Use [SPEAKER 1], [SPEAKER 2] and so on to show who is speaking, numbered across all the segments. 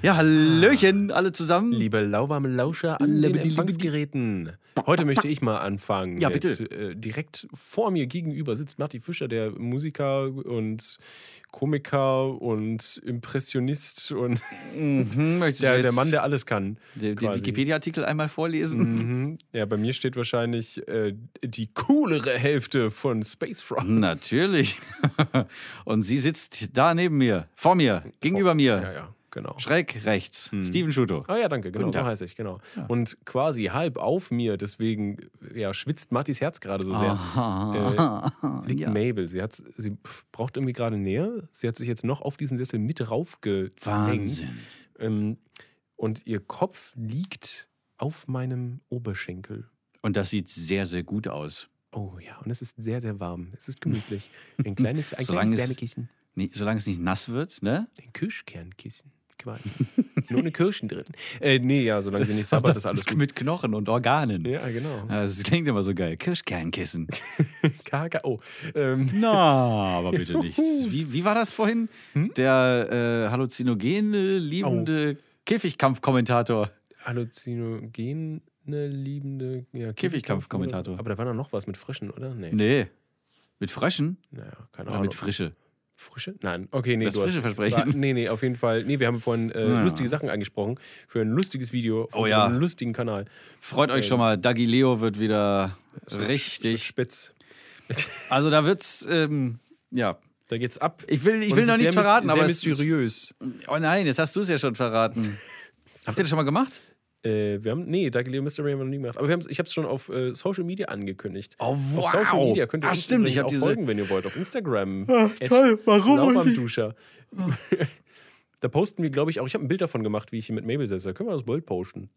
[SPEAKER 1] Ja, Hallöchen alle zusammen.
[SPEAKER 2] Liebe lauwarme Lauscher an
[SPEAKER 1] Liebe,
[SPEAKER 2] den
[SPEAKER 1] liebe,
[SPEAKER 2] Empfangsgeräten. Heute möchte ich mal anfangen.
[SPEAKER 1] Ja, bitte.
[SPEAKER 2] Jetzt, äh, direkt vor mir gegenüber sitzt Marty Fischer, der Musiker und Komiker und Impressionist und
[SPEAKER 1] Mhm, möchtest du
[SPEAKER 2] der,
[SPEAKER 1] jetzt
[SPEAKER 2] der Mann, der alles kann.
[SPEAKER 1] den, den
[SPEAKER 2] quasi.
[SPEAKER 1] Wikipedia-Artikel einmal vorlesen?
[SPEAKER 2] Mhm. Ja, bei mir steht wahrscheinlich äh, die coolere Hälfte von Space Frogs.
[SPEAKER 1] Mhm. Natürlich. Und sie sitzt da neben mir, vor mir, gegenüber
[SPEAKER 2] Ja,
[SPEAKER 1] mir,
[SPEAKER 2] ja, genau.
[SPEAKER 1] schräg rechts, Steven Schuto.
[SPEAKER 2] Ah ja, danke, genau,
[SPEAKER 1] Guten
[SPEAKER 2] so
[SPEAKER 1] Tag.
[SPEAKER 2] heiße ich, genau. Und quasi halb auf mir, deswegen ja, schwitzt Mattis Herz
[SPEAKER 1] Ah.
[SPEAKER 2] gerade so sehr. Äh,
[SPEAKER 1] Aha.
[SPEAKER 2] liegt
[SPEAKER 1] ja.
[SPEAKER 2] Mabel. Sie, hat, sie pf, braucht irgendwie gerade Nähe. Sie hat sich jetzt noch auf diesen Sessel mit raufgezwängt.
[SPEAKER 1] Wahnsinn.
[SPEAKER 2] Ähm, und ihr Kopf liegt auf meinem Oberschenkel.
[SPEAKER 1] Und das sieht sehr, sehr gut aus.
[SPEAKER 2] Oh ja, und es ist sehr, sehr warm. Es ist gemütlich. Ein kleines, ein
[SPEAKER 1] Solange
[SPEAKER 2] kleines
[SPEAKER 1] es-
[SPEAKER 2] Wärmekissen.
[SPEAKER 1] Nee, solange es nicht nass wird, ne?
[SPEAKER 2] Ein Kirschkernkissen. Quasi. Nur eine Kirschen drin. Äh, nee, ja, solange sie nicht sabbert, ist alles gut.
[SPEAKER 1] Mit Knochen und Organen.
[SPEAKER 2] Ja, genau.
[SPEAKER 1] Ja, Das klingt immer so geil. Kirschkernkissen.
[SPEAKER 2] KKO. Ähm,
[SPEAKER 1] Na, aber bitte nicht. Wie, wie war das vorhin?
[SPEAKER 2] Hm?
[SPEAKER 1] Der äh, halluzinogene, liebende
[SPEAKER 2] Oh.
[SPEAKER 1] Käfigkampfkommentator.
[SPEAKER 2] Halluzinogene liebende ja,
[SPEAKER 1] Käfigkampfkommentator.
[SPEAKER 2] Aber da war doch noch was mit Frischen, oder? Nee.
[SPEAKER 1] Nee. Mit Fröschen?
[SPEAKER 2] Naja, keine
[SPEAKER 1] Oder
[SPEAKER 2] Ahnung.
[SPEAKER 1] mit Frische?
[SPEAKER 2] Frische? Nein, okay, nee,
[SPEAKER 1] Das
[SPEAKER 2] du hast-
[SPEAKER 1] frische
[SPEAKER 2] das
[SPEAKER 1] Versprechen.
[SPEAKER 2] War, nee, nee, auf jeden Fall. Nee, wir haben vorhin äh,
[SPEAKER 1] Ja.
[SPEAKER 2] lustige Sachen angesprochen für ein lustiges Video
[SPEAKER 1] Oh
[SPEAKER 2] auf
[SPEAKER 1] ja.
[SPEAKER 2] einem lustigen Kanal.
[SPEAKER 1] Freut
[SPEAKER 2] Äh.
[SPEAKER 1] euch schon mal, Dagi Leo wird wieder
[SPEAKER 2] Mit
[SPEAKER 1] richtig.
[SPEAKER 2] Spitz.
[SPEAKER 1] Also da wird's, ähm, ja.
[SPEAKER 2] Da geht's ab.
[SPEAKER 1] Ich will, ich
[SPEAKER 2] Und
[SPEAKER 1] will
[SPEAKER 2] es
[SPEAKER 1] noch
[SPEAKER 2] ist
[SPEAKER 1] nichts
[SPEAKER 2] sehr mys-
[SPEAKER 1] verraten,
[SPEAKER 2] sehr
[SPEAKER 1] aber.
[SPEAKER 2] mysteriös.
[SPEAKER 1] Es, oh nein, jetzt hast du es ja schon verraten. Habt ihr das schon mal gemacht?
[SPEAKER 2] Äh, wir haben, nee, Dark Leo Mystery haben wir noch nie gemacht. Aber wir haben's, ich habe es schon auf äh, Social Media angekündigt.
[SPEAKER 1] Oh, wow.
[SPEAKER 2] Auf Social Media könnt ihr
[SPEAKER 1] Ach,
[SPEAKER 2] uns
[SPEAKER 1] stimmt, ich
[SPEAKER 2] übrigens
[SPEAKER 1] hab
[SPEAKER 2] auch
[SPEAKER 1] diese- Ah,
[SPEAKER 2] folgen, wenn ihr wollt. Auf Instagram.
[SPEAKER 1] toll, warum muss ich- Ah.
[SPEAKER 2] Duscher. Da posten wir, glaube ich, auch. Ich habe ein Bild davon gemacht, wie ich hier mit Mabel sitze. Da können wir das Bild posten.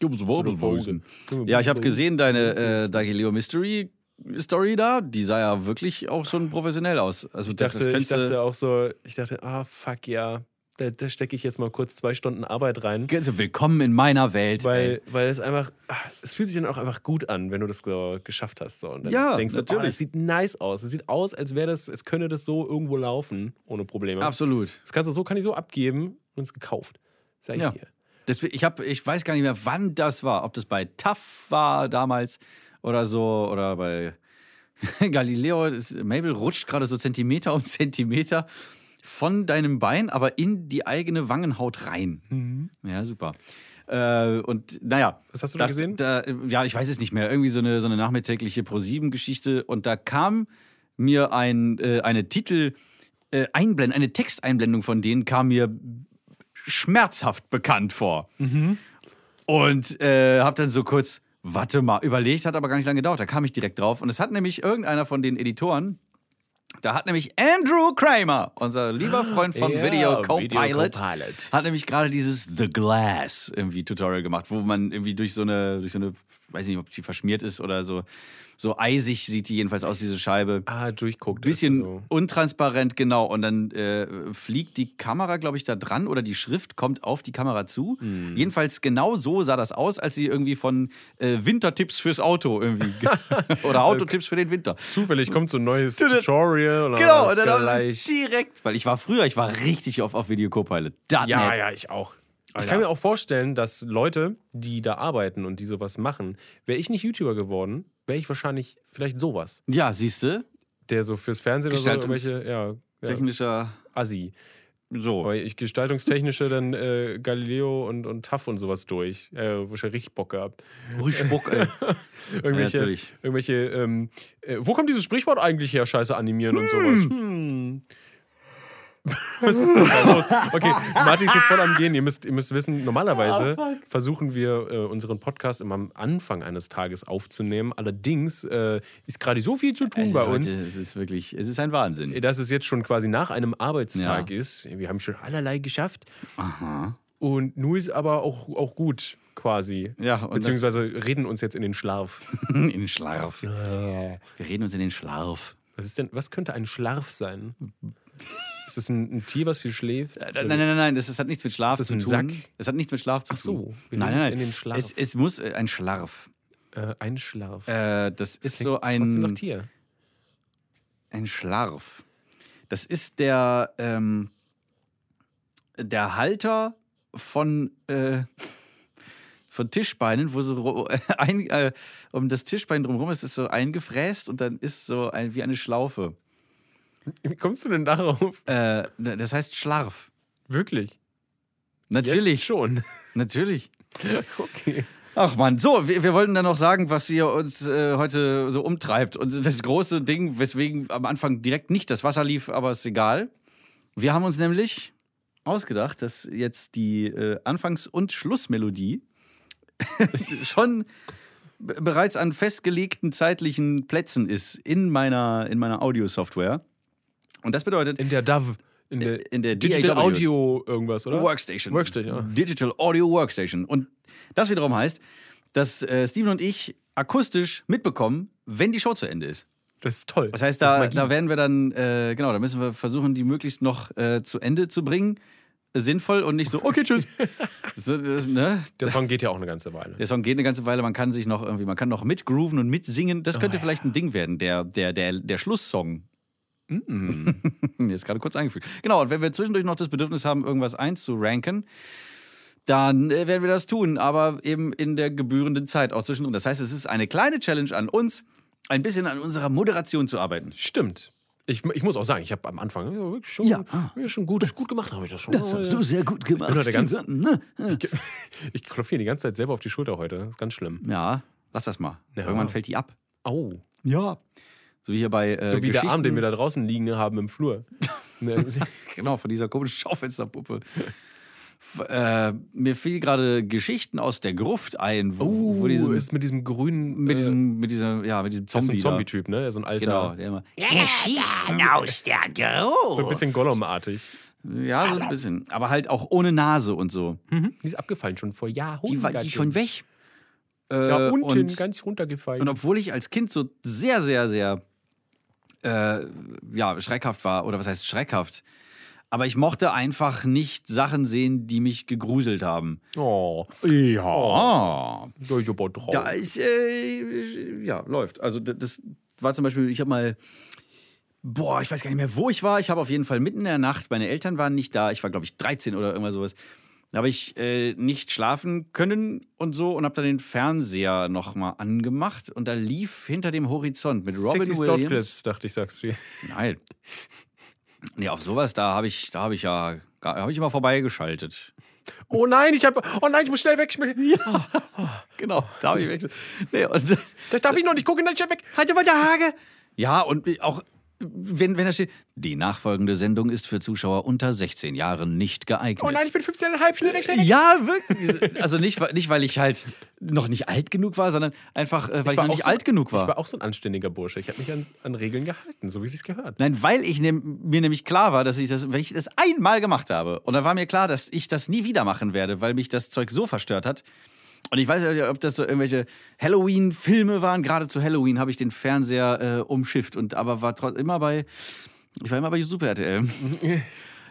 [SPEAKER 1] Ja, ich habe gesehen, deine äh, Dagi Leo Mystery Story da, die sah ja wirklich auch schon professionell aus. Also
[SPEAKER 2] Ah. Ich dachte,
[SPEAKER 1] das
[SPEAKER 2] ich
[SPEAKER 1] könntest du-
[SPEAKER 2] dachte auch so, ich dachte, ah, fuck ja, da, da stecke ich jetzt mal kurz zwei Stunden Arbeit rein.
[SPEAKER 1] Also willkommen in meiner Welt. ey.
[SPEAKER 2] Weil, weil es einfach, ah, es fühlt sich dann auch einfach gut an, wenn du das so geschafft hast. So. Und dann
[SPEAKER 1] Ja,
[SPEAKER 2] denkst du, oh,
[SPEAKER 1] natürlich.
[SPEAKER 2] das sieht nice aus. Es sieht aus, als wäre das, als könne das so irgendwo laufen, ohne Probleme.
[SPEAKER 1] Absolut.
[SPEAKER 2] Das kannst du so, kann ich so abgeben und es gekauft. Sag ich
[SPEAKER 1] Ja.
[SPEAKER 2] dir.
[SPEAKER 1] Deswegen, ich, hab, ich weiß gar nicht mehr, wann das war. Ob das bei TAF war damals oder so oder bei Galileo. Das- Mabel rutscht gerade so Zentimeter um Zentimeter von deinem Bein, aber in die eigene Wangenhaut rein. Ja, super. Äh, und naja.
[SPEAKER 2] Was hast du da gesehen?
[SPEAKER 1] Da, ja, ich weiß es nicht mehr. Irgendwie so eine, so eine nachmittägliche Pro-7-Geschichte. Und da kam mir ein, äh, eine Titel. äh, Einblendung, eine Texteinblendung von denen kam mir schmerzhaft bekannt vor.
[SPEAKER 2] Mhm.
[SPEAKER 1] Und äh, habe dann so kurz, warte mal, überlegt, hat aber gar nicht lange gedauert. Da kam ich direkt drauf. Und es hat nämlich irgendeiner von den Editoren, da hat nämlich Andrew Kramer, unser lieber Freund von
[SPEAKER 2] Ja,
[SPEAKER 1] Video
[SPEAKER 2] Video
[SPEAKER 1] Copilot,
[SPEAKER 2] Copilot.
[SPEAKER 1] hat nämlich gerade dieses The Glass irgendwie Tutorial gemacht, wo man irgendwie durch so eine, durch so eine, weiß nicht, ob die verschmiert ist oder so, so eisig sieht die jedenfalls aus, diese Scheibe.
[SPEAKER 2] Ah, also. durchguckt.
[SPEAKER 1] Bisschen
[SPEAKER 2] So.
[SPEAKER 1] untransparent, genau. Und dann äh, fliegt die Kamera, glaube ich, da dran oder die Schrift kommt auf die Kamera zu.
[SPEAKER 2] Hm.
[SPEAKER 1] Jedenfalls genau so sah das aus, als sie irgendwie von äh, Wintertipps fürs Auto irgendwie oder Autotipps für den Winter.
[SPEAKER 2] Zufällig kommt so ein neues Tutorial. oder
[SPEAKER 1] Genau,
[SPEAKER 2] was
[SPEAKER 1] und dann haben sie es
[SPEAKER 2] gleich.
[SPEAKER 1] direkt, weil ich war früher, ich war richtig oft auf Video Copilot. .net.
[SPEAKER 2] Ja, ja, ich auch. Ich kann mir auch vorstellen, dass Leute, die da arbeiten und die sowas machen, wäre ich nicht YouTuber geworden, wäre ich wahrscheinlich vielleicht sowas,
[SPEAKER 1] ja siehst du,
[SPEAKER 2] der so fürs Fernsehen oder so
[SPEAKER 1] Gestaltungs-
[SPEAKER 2] irgendwelche, ja, ja
[SPEAKER 1] technischer
[SPEAKER 2] Assi.
[SPEAKER 1] so.
[SPEAKER 2] Aber ich gestaltungstechnische dann äh, Galileo und, und TAF und sowas durch. Äh, wo ich ja richtig Bock gehabt.
[SPEAKER 1] Rüschbuck, ey.
[SPEAKER 2] Irgendwelche,
[SPEAKER 1] Ja, natürlich.
[SPEAKER 2] irgendwelche ähm, äh, wo kommt dieses Sprichwort eigentlich her? Scheiße animieren und sowas. Hm. Was ist denn da los? Okay, Martin ist hier voll am Gehen. Ihr müsst, ihr müsst wissen, normalerweise versuchen wir äh, unseren Podcast immer am Anfang eines Tages aufzunehmen. Allerdings äh, ist gerade so viel zu tun
[SPEAKER 1] Es ist
[SPEAKER 2] bei uns.
[SPEAKER 1] heute- Also, Es ist wirklich, es ist ein Wahnsinn.
[SPEAKER 2] dass es jetzt schon quasi nach einem Arbeitstag
[SPEAKER 1] Ja.
[SPEAKER 2] ist. Wir haben schon allerlei geschafft. Und nun ist aber auch, auch gut quasi.
[SPEAKER 1] Ja, und das-
[SPEAKER 2] Beziehungsweise reden uns jetzt in den Schlaf.
[SPEAKER 1] In den Schlarf. Wir reden uns in den Schlarf.
[SPEAKER 2] Was ist denn, was könnte ein Schlaf sein? Ist es ein, ein Tier, was viel schläft?
[SPEAKER 1] Äh, Nein, nein, nein, nein, das, das hat nichts mit Schlaf
[SPEAKER 2] Ist das
[SPEAKER 1] zu
[SPEAKER 2] ein
[SPEAKER 1] tun.
[SPEAKER 2] Sack?
[SPEAKER 1] Das hat nichts mit Schlaf zu
[SPEAKER 2] so,
[SPEAKER 1] tun.
[SPEAKER 2] wir
[SPEAKER 1] nein,
[SPEAKER 2] reden
[SPEAKER 1] nein, nein.
[SPEAKER 2] jetzt in den Schlaf.
[SPEAKER 1] Es, es muss äh, ein Schlarf.
[SPEAKER 2] Äh, ein Schlaf.
[SPEAKER 1] Äh, das ist
[SPEAKER 2] Klingt
[SPEAKER 1] so ein,
[SPEAKER 2] Trotzdem nach Tier.
[SPEAKER 1] ein Schlarf. Das ist der, ähm, der Halter von, äh, von Tischbeinen, wo so ro- ein, äh, um das Tischbein drumherum ist, ist so eingefräst und dann ist so ein, wie eine Schlaufe.
[SPEAKER 2] Wie kommst du denn darauf?
[SPEAKER 1] Äh, na, das heißt Schlarf.
[SPEAKER 2] Wirklich? Jetzt
[SPEAKER 1] Natürlich,
[SPEAKER 2] schon.
[SPEAKER 1] natürlich.
[SPEAKER 2] Okay.
[SPEAKER 1] Ach man, so, wir, wir wollten dann noch sagen, was ihr uns äh, heute so umtreibt. Und das große Ding, weswegen am Anfang direkt nicht das Wasser lief, aber ist egal. Wir haben uns nämlich ausgedacht, dass jetzt die äh, Anfangs- und Schlussmelodie schon b- bereits an festgelegten zeitlichen Plätzen ist in meiner, in meiner Audiosoftware. Und das bedeutet,
[SPEAKER 2] In der DAV. In der,
[SPEAKER 1] in der
[SPEAKER 2] Digital
[SPEAKER 1] DAW.
[SPEAKER 2] Audio irgendwas, oder?
[SPEAKER 1] Workstation.
[SPEAKER 2] Workstation, ja.
[SPEAKER 1] Digital Audio Workstation. Und das wiederum heißt, dass äh, Steven und ich akustisch mitbekommen, wenn die Show zu Ende ist.
[SPEAKER 2] Das ist toll.
[SPEAKER 1] Das heißt,
[SPEAKER 2] ist
[SPEAKER 1] da,
[SPEAKER 2] Magie.
[SPEAKER 1] da werden wir dann, äh, genau, da müssen wir versuchen, die möglichst noch äh, zu Ende zu bringen. Sinnvoll und nicht so, okay, tschüss. so, das, ne?
[SPEAKER 2] der Song geht ja auch eine ganze Weile.
[SPEAKER 1] Der Song geht eine ganze Weile, man kann sich noch irgendwie, man kann noch mitgrooven und mitsingen. Das
[SPEAKER 2] Oh,
[SPEAKER 1] könnte vielleicht ein Ding werden, der, der, der, der Schlusssong.
[SPEAKER 2] Mm.
[SPEAKER 1] Jetzt gerade kurz eingefügt. Genau, und wenn wir zwischendurch noch das Bedürfnis haben, irgendwas einzuranken, dann äh, werden wir das tun, aber eben in der gebührenden Zeit auch zwischendrin. Das heißt, es ist eine kleine Challenge an uns, ein bisschen an unserer Moderation zu arbeiten.
[SPEAKER 2] Stimmt. Ich, ich muss auch sagen, ich habe am Anfang ja, wirklich schon,
[SPEAKER 1] Ja. ah.
[SPEAKER 2] ja, schon gut, gut gemacht, habe ich das schon.
[SPEAKER 1] sehr gut gemacht. Ne?
[SPEAKER 2] bin heute ganz- ich klopfe hier die ganze Zeit selber auf die Schulter heute. Das ist ganz schlimm.
[SPEAKER 1] Ja, lass das mal.
[SPEAKER 2] Ja.
[SPEAKER 1] Irgendwann fällt die ab.
[SPEAKER 2] Au.
[SPEAKER 1] Ja. So wie hier bei äh,
[SPEAKER 2] So wie der Arm,
[SPEAKER 1] Geschichten-
[SPEAKER 2] den wir da draußen liegen haben im Flur. Ne,
[SPEAKER 1] Genau, von dieser komischen Schaufensterpuppe. F- Äh, mir fiel gerade Geschichten aus der Gruft ein, wo, wo diesem,
[SPEAKER 2] ist Uh. mit diesem grünen
[SPEAKER 1] mit, diesem, mit, diesem, ja, mit diesem
[SPEAKER 2] äh, so
[SPEAKER 1] Zombie.
[SPEAKER 2] ein
[SPEAKER 1] da.
[SPEAKER 2] Zombie-Typ, ne? So ein alter,
[SPEAKER 1] Genau, der immer.
[SPEAKER 3] Geschichten aus der Gruft.
[SPEAKER 2] so ein bisschen Gollum-artig.
[SPEAKER 1] Ja, so ein bisschen. Aber halt auch ohne Nase und so.
[SPEAKER 2] Die ist abgefallen schon vor Jahrhunderten.
[SPEAKER 1] Die war die schon weg. Äh,
[SPEAKER 2] Ja, unten
[SPEAKER 1] und,
[SPEAKER 2] ganz runtergefallen.
[SPEAKER 1] und obwohl ich als Kind so sehr, sehr, sehr äh, ja, schreckhaft war, oder was heißt schreckhaft? Aber ich mochte einfach nicht Sachen sehen, die mich gegruselt haben.
[SPEAKER 2] oh, ja.
[SPEAKER 1] Oh,
[SPEAKER 2] Da ist aber drauf.
[SPEAKER 1] Da ist, äh, ja, läuft. Also d- das war zum Beispiel, ich habe mal, boah, ich weiß gar nicht mehr, wo ich war. Ich habe auf jeden Fall mitten in der Nacht, meine Eltern waren nicht da, ich war, glaube ich, 13 oder irgendwas sowas. Da habe ich äh, nicht schlafen können und so und habe dann den Fernseher nochmal angemacht und da lief hinter dem Horizont mit Robin
[SPEAKER 2] Sexy Spot
[SPEAKER 1] Williams.
[SPEAKER 2] Clips, dachte ich, sagst du.
[SPEAKER 1] Nein. Nee, auf sowas, da habe ich, da habe ich ja, da habe ich immer vorbeigeschaltet.
[SPEAKER 2] Oh nein, ich habe. Oh nein, ich muss schnell weg. Ich, muss- Oh,
[SPEAKER 1] Genau, da habe ich weg. Nee, und
[SPEAKER 2] das darf ich noch nicht gucken, dann ist er weg.
[SPEAKER 1] Halte mal der Hage! Ja, und auch, wenn, wenn da steht, die nachfolgende Sendung ist für Zuschauer unter 16 Jahren nicht geeignet.
[SPEAKER 2] Oh nein, ich bin 15,5, schnell weg, schnell weg.
[SPEAKER 1] ja, wirklich. Also nicht, weil- nicht, weil ich halt noch nicht alt genug war, sondern einfach, äh, weil ich, noch
[SPEAKER 2] auch
[SPEAKER 1] nicht
[SPEAKER 2] so-
[SPEAKER 1] alt genug war.
[SPEAKER 2] Ich war auch so ein anständiger Bursche. Ich habe mich an, an Regeln gehalten, so wie es sich gehört.
[SPEAKER 1] Nein, weil ich nehm, mir nämlich klar war, dass ich das, wenn ich das einmal gemacht habe, und dann war mir klar, dass ich das nie wieder machen werde, weil mich das Zeug so verstört hat. Und ich weiß nicht, ob das so irgendwelche Halloween-Filme waren. Gerade zu Halloween habe ich den Fernseher äh, umschifft und aber war trotzdem immer bei. Ich war immer bei Super RTL.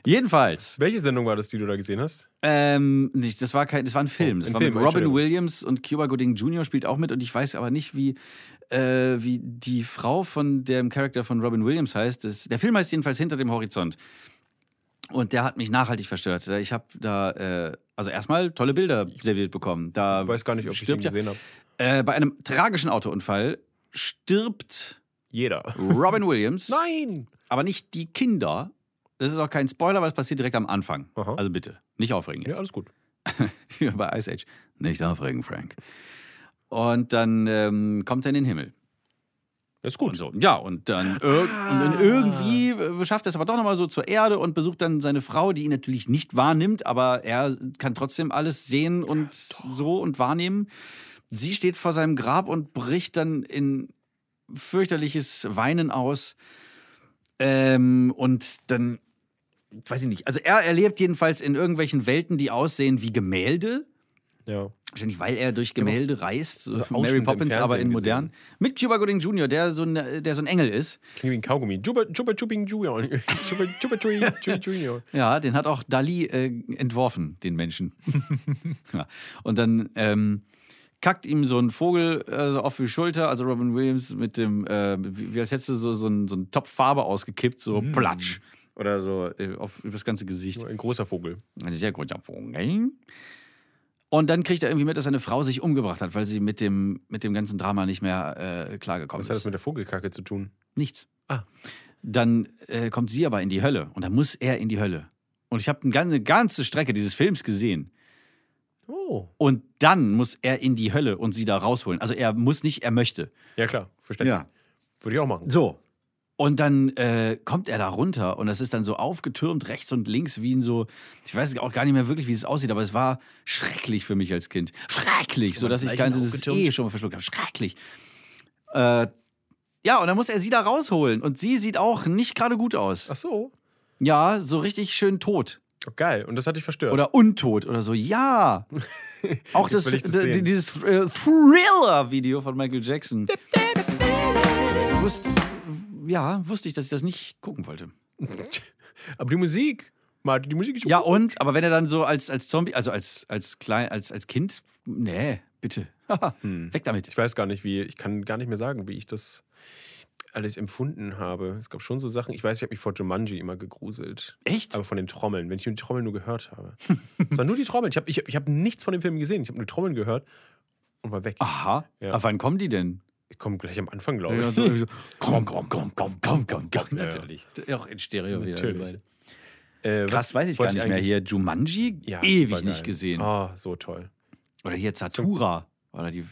[SPEAKER 1] Jedenfalls,
[SPEAKER 2] Welche Sendung war das, die du da gesehen hast?
[SPEAKER 1] ähm, nicht, das war kein, das war ein Film. Das
[SPEAKER 2] ein
[SPEAKER 1] war
[SPEAKER 2] Film,
[SPEAKER 1] mit Robin
[SPEAKER 2] Entschuldigung.
[SPEAKER 1] Williams und Cuba Gooding Jr. spielt auch mit und ich weiß aber nicht, wie, äh, wie die Frau von dem Charakter von Robin Williams heißt. Das, der Film heißt jedenfalls Hinter dem Horizont. Und der hat mich nachhaltig verstört. Ich habe da, äh, also erstmal tolle Bilder serviert bekommen. Da
[SPEAKER 2] Ich weiß gar nicht, ob ich den
[SPEAKER 1] stirbt ja,
[SPEAKER 2] gesehen habe.
[SPEAKER 1] äh, Bei einem tragischen Autounfall stirbt
[SPEAKER 2] Jeder.
[SPEAKER 1] Robin Williams,
[SPEAKER 2] Nein!
[SPEAKER 1] aber nicht die Kinder. Das ist auch kein Spoiler, weil es passiert direkt am Anfang.
[SPEAKER 2] Aha.
[SPEAKER 1] Also bitte, nicht aufregen jetzt.
[SPEAKER 2] Ja, alles gut.
[SPEAKER 1] Wie bei Ice Age. Nicht aufregen, Frank. Und dann ähm, kommt er in den Himmel.
[SPEAKER 2] Das ist
[SPEAKER 1] Und
[SPEAKER 2] gut.
[SPEAKER 1] so. Ja, und dann, irg- und dann irgendwie äh, schafft er es aber doch nochmal so zur Erde und besucht dann seine Frau, die ihn natürlich nicht wahrnimmt, aber er kann trotzdem alles sehen und so und wahrnehmen. Sie steht vor seinem Grab und bricht dann in fürchterliches Weinen aus. Ähm, und dann, weiß ich nicht, also er erlebt jedenfalls in irgendwelchen Welten, die aussehen wie Gemälde.
[SPEAKER 2] Ja.
[SPEAKER 1] Wahrscheinlich, weil er durch Gemälde reist, so
[SPEAKER 2] auch schon
[SPEAKER 1] Mary
[SPEAKER 2] Genau. Also im
[SPEAKER 1] Poppins, aber in
[SPEAKER 2] Fernsehen
[SPEAKER 1] modern. Mit Cuba Gooding Jr., der so, ein, der so ein Engel ist.
[SPEAKER 2] Klingt wie ein Kaugummi. Juba Juba Jubing Junior. Juba Juba Jui- Jui Junior.
[SPEAKER 1] Ja, den hat auch Dali äh, entworfen, den Menschen. ja. Und dann ähm, kackt ihm so ein Vogel äh, so auf die Schulter, also
[SPEAKER 2] Mm.
[SPEAKER 1] Robin Williams mit dem, äh, wie wie als hättest du so, so, einen, so einen Topf Farbe ausgekippt, so platsch. Oder so äh, auf das ganze Gesicht.
[SPEAKER 2] Ein großer Vogel.
[SPEAKER 1] Ein sehr guter Vogel. Und dann kriegt er irgendwie mit, dass seine Frau sich umgebracht hat, weil sie mit dem, mit dem ganzen Drama nicht mehr äh, klargekommen
[SPEAKER 2] Was hat
[SPEAKER 1] ist.
[SPEAKER 2] das mit der Vogelkacke zu tun?
[SPEAKER 1] Nichts.
[SPEAKER 2] Ah.
[SPEAKER 1] Dann äh, kommt sie aber in die Hölle und dann muss er in die Hölle. Und ich habe eine ganze Strecke dieses Films gesehen.
[SPEAKER 2] Oh.
[SPEAKER 1] Und dann muss er in die Hölle und sie da rausholen. Also er muss nicht, er möchte.
[SPEAKER 2] Ja, klar. Verständlich. Würde ich auch machen.
[SPEAKER 1] So. Und dann äh, kommt er da runter und das ist dann so aufgetürmt rechts und links wie in so, ich weiß auch gar nicht mehr wirklich, wie es aussieht, aber es war schrecklich für mich als Kind. Schrecklich, so dass ich
[SPEAKER 2] Leichen
[SPEAKER 1] kein dieses
[SPEAKER 2] aufgetürmt?
[SPEAKER 1] eh schon mal verschluckt habe. Schrecklich. Äh, ja, und dann muss er sie da rausholen und sie sieht auch nicht gerade gut aus.
[SPEAKER 2] Ach so.
[SPEAKER 1] Ja, so richtig schön tot
[SPEAKER 2] Oh, geil. Und das hat dich verstört.
[SPEAKER 1] oder untot oder so. Ja. Auch das,
[SPEAKER 2] will ich das
[SPEAKER 1] d-
[SPEAKER 2] sehen.
[SPEAKER 1] dieses äh, Thriller-Video von Michael Jackson. Wusst, ja, wusste ich, dass ich das nicht gucken wollte.
[SPEAKER 2] Aber die Musik. Martin, die Musik ist
[SPEAKER 1] Ja, und, aber wenn er dann so als, als Zombie, also als, als klein, als, als Kind, nee, bitte. Weg damit.
[SPEAKER 2] Ich weiß gar nicht, wie, ich kann gar nicht mehr sagen, wie ich das alles empfunden habe. Es gab schon so Sachen. Ich weiß, ich habe mich vor Jumanji immer gegruselt.
[SPEAKER 1] Echt?
[SPEAKER 2] Aber von den Trommeln, wenn ich die Trommeln nur gehört habe. es waren nur die Trommeln. Ich habe ich, hab- ich hab nichts von dem Film gesehen. Ich habe nur Trommeln gehört und war weg.
[SPEAKER 1] Aha.
[SPEAKER 2] Ja. Oh.
[SPEAKER 1] Aber wann kommen die denn?
[SPEAKER 2] Ich komme gleich am Anfang, glaube ich.
[SPEAKER 1] Ja, so- so, Komm, komm, komm, komm, komm, komm, komm.
[SPEAKER 2] ja.
[SPEAKER 1] Natürlich. Auch in Stereo wieder.
[SPEAKER 2] Natürlich.
[SPEAKER 1] die beiden.
[SPEAKER 2] Äh, was
[SPEAKER 1] Krass, weiß ich gar
[SPEAKER 2] wollte
[SPEAKER 1] nicht mehr.
[SPEAKER 2] eigentlich-
[SPEAKER 1] Hier Jumanji,
[SPEAKER 2] Ja,
[SPEAKER 1] ewig
[SPEAKER 2] supergeil.
[SPEAKER 1] nicht gesehen.
[SPEAKER 2] Ah, so toll.
[SPEAKER 1] Oder hier Zatura. Oder die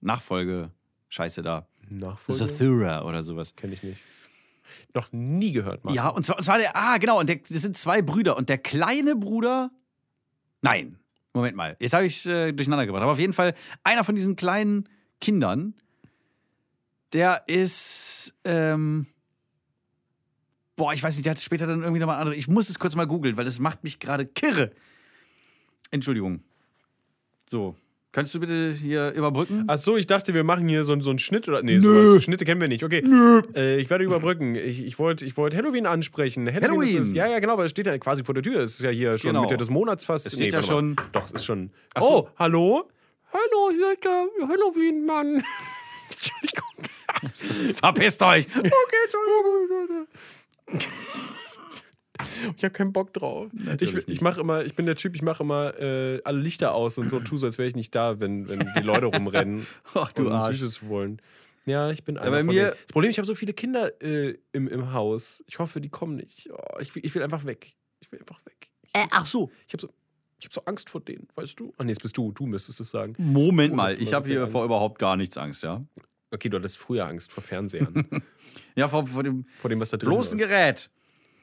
[SPEAKER 1] Nachfolge. Scheiße da.
[SPEAKER 2] Nachfolge?
[SPEAKER 1] Zathura oder sowas.
[SPEAKER 2] Kenne ich nicht. Noch nie gehört, Martin.
[SPEAKER 1] Ja, und zwar, und zwar der. Ah, genau. Und der, das sind zwei Brüder. Und der kleine Bruder. Nein. Moment mal. Jetzt habe ich es äh, durcheinander gebracht. Aber auf jeden Fall, einer von diesen kleinen Kindern, der ist. Ähm, boah, ich weiß nicht, der hat später dann irgendwie nochmal andere. Ich muss es kurz mal googeln, weil das macht mich gerade kirre. Entschuldigung. So. Könntest du bitte hier überbrücken?
[SPEAKER 2] Ach so, ich dachte, wir machen hier so, einen- so einen Schnitt oder nee,
[SPEAKER 1] Nö.
[SPEAKER 2] sowas. Schnitte kennen wir nicht. Okay. Nö. Äh, ich werde überbrücken. Ich, ich wollte ich wollt Halloween ansprechen. Halloween.
[SPEAKER 1] Halloween.
[SPEAKER 2] Ist es, ja, ja, genau, weil es steht ja quasi vor der Tür. Es ist ja hier schon
[SPEAKER 1] Genau.
[SPEAKER 2] Mitte des Monats fast. Es
[SPEAKER 1] steht ja schon-
[SPEAKER 2] Doch, es ist schon.
[SPEAKER 1] so.
[SPEAKER 2] Oh, hallo? Hallo, hier ist der Halloween, Mann. Entschuldigung.
[SPEAKER 1] Verpisst euch!
[SPEAKER 2] Okay, Entschuldigung. Ich habe keinen Bock drauf. ich
[SPEAKER 1] nicht.
[SPEAKER 2] ich mache immer, ich bin der Typ, ich mache immer äh, alle Lichter aus und so tu so, als wäre ich nicht da, wenn, wenn die Leute rumrennen
[SPEAKER 1] Ach, du
[SPEAKER 2] und
[SPEAKER 1] Arsch.
[SPEAKER 2] Süßes wollen. Ja, ich bin einer
[SPEAKER 1] bei
[SPEAKER 2] von
[SPEAKER 1] mir-
[SPEAKER 2] denen. Das Problem, ich habe so viele Kinder äh, im, im Haus. Ich hoffe, die kommen nicht. Oh, ich, will- ich will einfach weg. Ich will einfach weg.
[SPEAKER 1] Äh, ach so.
[SPEAKER 2] Ich habe so, ich hab so Angst vor denen, weißt du? Ah, nee, jetzt bist du. Du müsstest es sagen.
[SPEAKER 1] Moment
[SPEAKER 2] Oh,
[SPEAKER 1] mal,
[SPEAKER 2] das
[SPEAKER 1] ich
[SPEAKER 2] macht
[SPEAKER 1] habe
[SPEAKER 2] mir
[SPEAKER 1] hier
[SPEAKER 2] Angst.
[SPEAKER 1] vor überhaupt gar nichts Angst, ja?
[SPEAKER 2] Okay, du hattest früher Angst vor Fernsehern.
[SPEAKER 1] Ja, vor, vor dem
[SPEAKER 2] vor dem, was da drin
[SPEAKER 1] bloßen
[SPEAKER 2] läuft.
[SPEAKER 1] Gerät.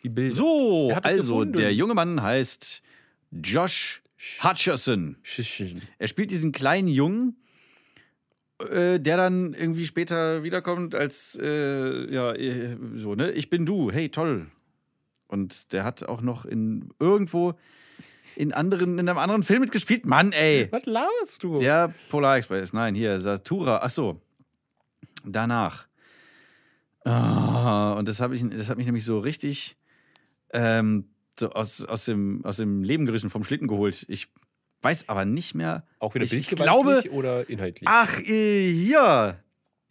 [SPEAKER 2] Die Bilder.
[SPEAKER 1] So,
[SPEAKER 2] Er hat es
[SPEAKER 1] also
[SPEAKER 2] gefunden.
[SPEAKER 1] der junge Mann heißt Josh Hutcherson. Er spielt diesen kleinen Jungen, äh, der dann irgendwie später wiederkommt als, äh, ja, äh, so, ne? Ich bin du, hey, toll. Und der hat auch noch in irgendwo in, anderen, in einem anderen Film mitgespielt. Mann, ey.
[SPEAKER 2] Was laberst du?
[SPEAKER 1] Der Polar Express. Nein, hier, Satura. Ach so. Danach. Ah, und das, hab ich, das hat mich nämlich so richtig ähm, so aus, aus, dem, aus dem Leben gerissen, vom Schlitten geholt. Ich weiß aber nicht mehr.
[SPEAKER 2] Auch wieder
[SPEAKER 1] ich, ich
[SPEAKER 2] bildgewaltig
[SPEAKER 1] glaube,
[SPEAKER 2] oder inhaltlich?
[SPEAKER 1] ach, äh, hier.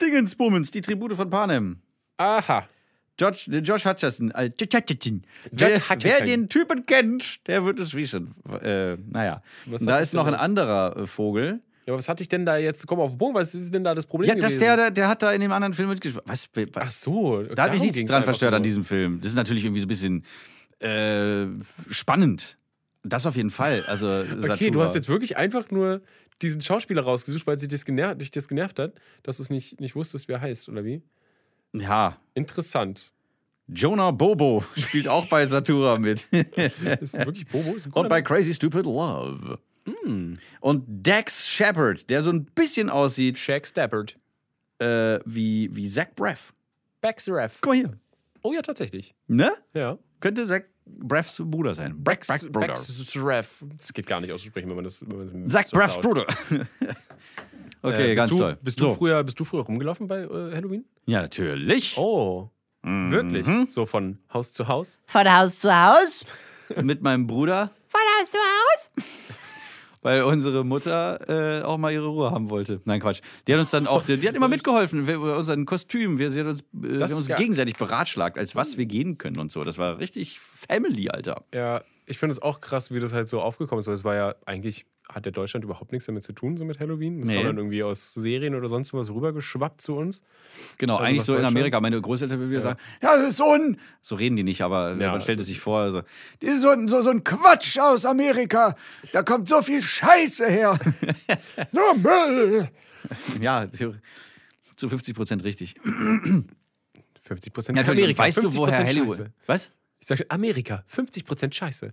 [SPEAKER 1] Dingensbummens, die Tribute von Panem.
[SPEAKER 2] Aha.
[SPEAKER 1] George, der Josh Hutcherson. Äh, Josh Hutcherson.
[SPEAKER 2] George
[SPEAKER 1] Wer,
[SPEAKER 2] Hutcherson.
[SPEAKER 1] wer den Typen kennt, der wird es wissen. Äh, naja.
[SPEAKER 2] Was
[SPEAKER 1] da
[SPEAKER 2] hat
[SPEAKER 1] ist
[SPEAKER 2] das
[SPEAKER 1] noch ein
[SPEAKER 2] denn jetzt?
[SPEAKER 1] anderer äh, Vogel.
[SPEAKER 2] Ja, aber was hatte ich denn da jetzt? Komm auf den Punkt, was ist denn da das Problem?
[SPEAKER 1] Ja, das
[SPEAKER 2] gewesen?
[SPEAKER 1] der, der, der hat da in dem anderen Film mitgespielt. Was? Be-
[SPEAKER 2] Ach so.
[SPEAKER 1] da hat mich nichts dran verstört an diesem Film. Das ist natürlich irgendwie so ein bisschen äh, spannend. Das auf jeden Fall. Also,
[SPEAKER 2] Okay, du hast jetzt wirklich einfach nur diesen Schauspieler rausgesucht, weil sie dich, gener dich das genervt hat, dass du es nicht, nicht wusstest, wer er heißt, oder wie?
[SPEAKER 1] Ja.
[SPEAKER 2] Interessant.
[SPEAKER 1] Jonah Bobo spielt auch bei Satura mit.
[SPEAKER 2] Ist wirklich Bobo? Ist ein
[SPEAKER 1] Und
[SPEAKER 2] guter
[SPEAKER 1] bei Crazy Stupid Love. Hm. Und Dax Shepard, der so ein bisschen aussieht
[SPEAKER 2] Shaq Stappard.
[SPEAKER 1] äh, wie, wie Zach Braff.
[SPEAKER 2] Baxref.
[SPEAKER 1] Guck mal hier.
[SPEAKER 2] Oh ja, tatsächlich.
[SPEAKER 1] Ne?
[SPEAKER 2] Ja.
[SPEAKER 1] Könnte Zach Braffs Bruder sein. Brax, Brax Bruder.
[SPEAKER 2] Baxref. Das geht gar nicht auszusprechen, wenn man das. Wenn man das
[SPEAKER 1] Zach
[SPEAKER 2] so
[SPEAKER 1] Braffs
[SPEAKER 2] laut-
[SPEAKER 1] Bruder. okay,
[SPEAKER 2] Äh,
[SPEAKER 1] ganz
[SPEAKER 2] bist du,
[SPEAKER 1] toll.
[SPEAKER 2] Bist du, früher, bist du früher rumgelaufen bei äh, Halloween?
[SPEAKER 1] Ja, natürlich.
[SPEAKER 2] Oh. Wirklich?
[SPEAKER 1] Mhm.
[SPEAKER 2] So von Haus zu Haus?
[SPEAKER 4] Von Haus zu Haus?
[SPEAKER 1] Mit meinem Bruder.
[SPEAKER 4] Von Haus zu Haus?
[SPEAKER 1] weil unsere Mutter äh, auch mal ihre Ruhe haben wollte. Nein, Quatsch. Die hat uns dann auch, die, die hat immer mitgeholfen wir, bei unseren Kostümen. Wir, sie hat uns, äh, wir haben
[SPEAKER 2] ist
[SPEAKER 1] uns
[SPEAKER 2] geil.
[SPEAKER 1] gegenseitig beratschlagt, als was wir gehen können und so. Das war richtig Family, Alter.
[SPEAKER 2] Ja, ich finde es auch krass, wie das halt so aufgekommen ist, weil es war ja eigentlich, hat der Deutschland überhaupt nichts damit zu tun, so mit Halloween. Das
[SPEAKER 1] Nee.
[SPEAKER 2] kam dann irgendwie aus Serien oder sonst was rübergeschwappt zu uns.
[SPEAKER 1] Genau,
[SPEAKER 2] Also
[SPEAKER 1] eigentlich
[SPEAKER 2] nach
[SPEAKER 1] so in
[SPEAKER 2] Deutschland?
[SPEAKER 1] Amerika. Meine Großeltern würden wieder sagen, ja, das ist so ein... So reden die nicht, aber
[SPEAKER 2] Ja.
[SPEAKER 1] man stellt es sich vor. Also,
[SPEAKER 4] Die ist so, ein- so, so ein Quatsch aus Amerika. Da kommt so viel Scheiße her.
[SPEAKER 2] Ja, Müll!
[SPEAKER 1] ja, theor- zu 50 Prozent richtig.
[SPEAKER 2] 50 Prozent
[SPEAKER 1] Natürlich,
[SPEAKER 2] Amerika.
[SPEAKER 1] weißt du,
[SPEAKER 2] 50%
[SPEAKER 1] woher Halloween...
[SPEAKER 2] Scheiße.
[SPEAKER 1] Was?
[SPEAKER 2] Ich sage Amerika, 50 Prozent Scheiße.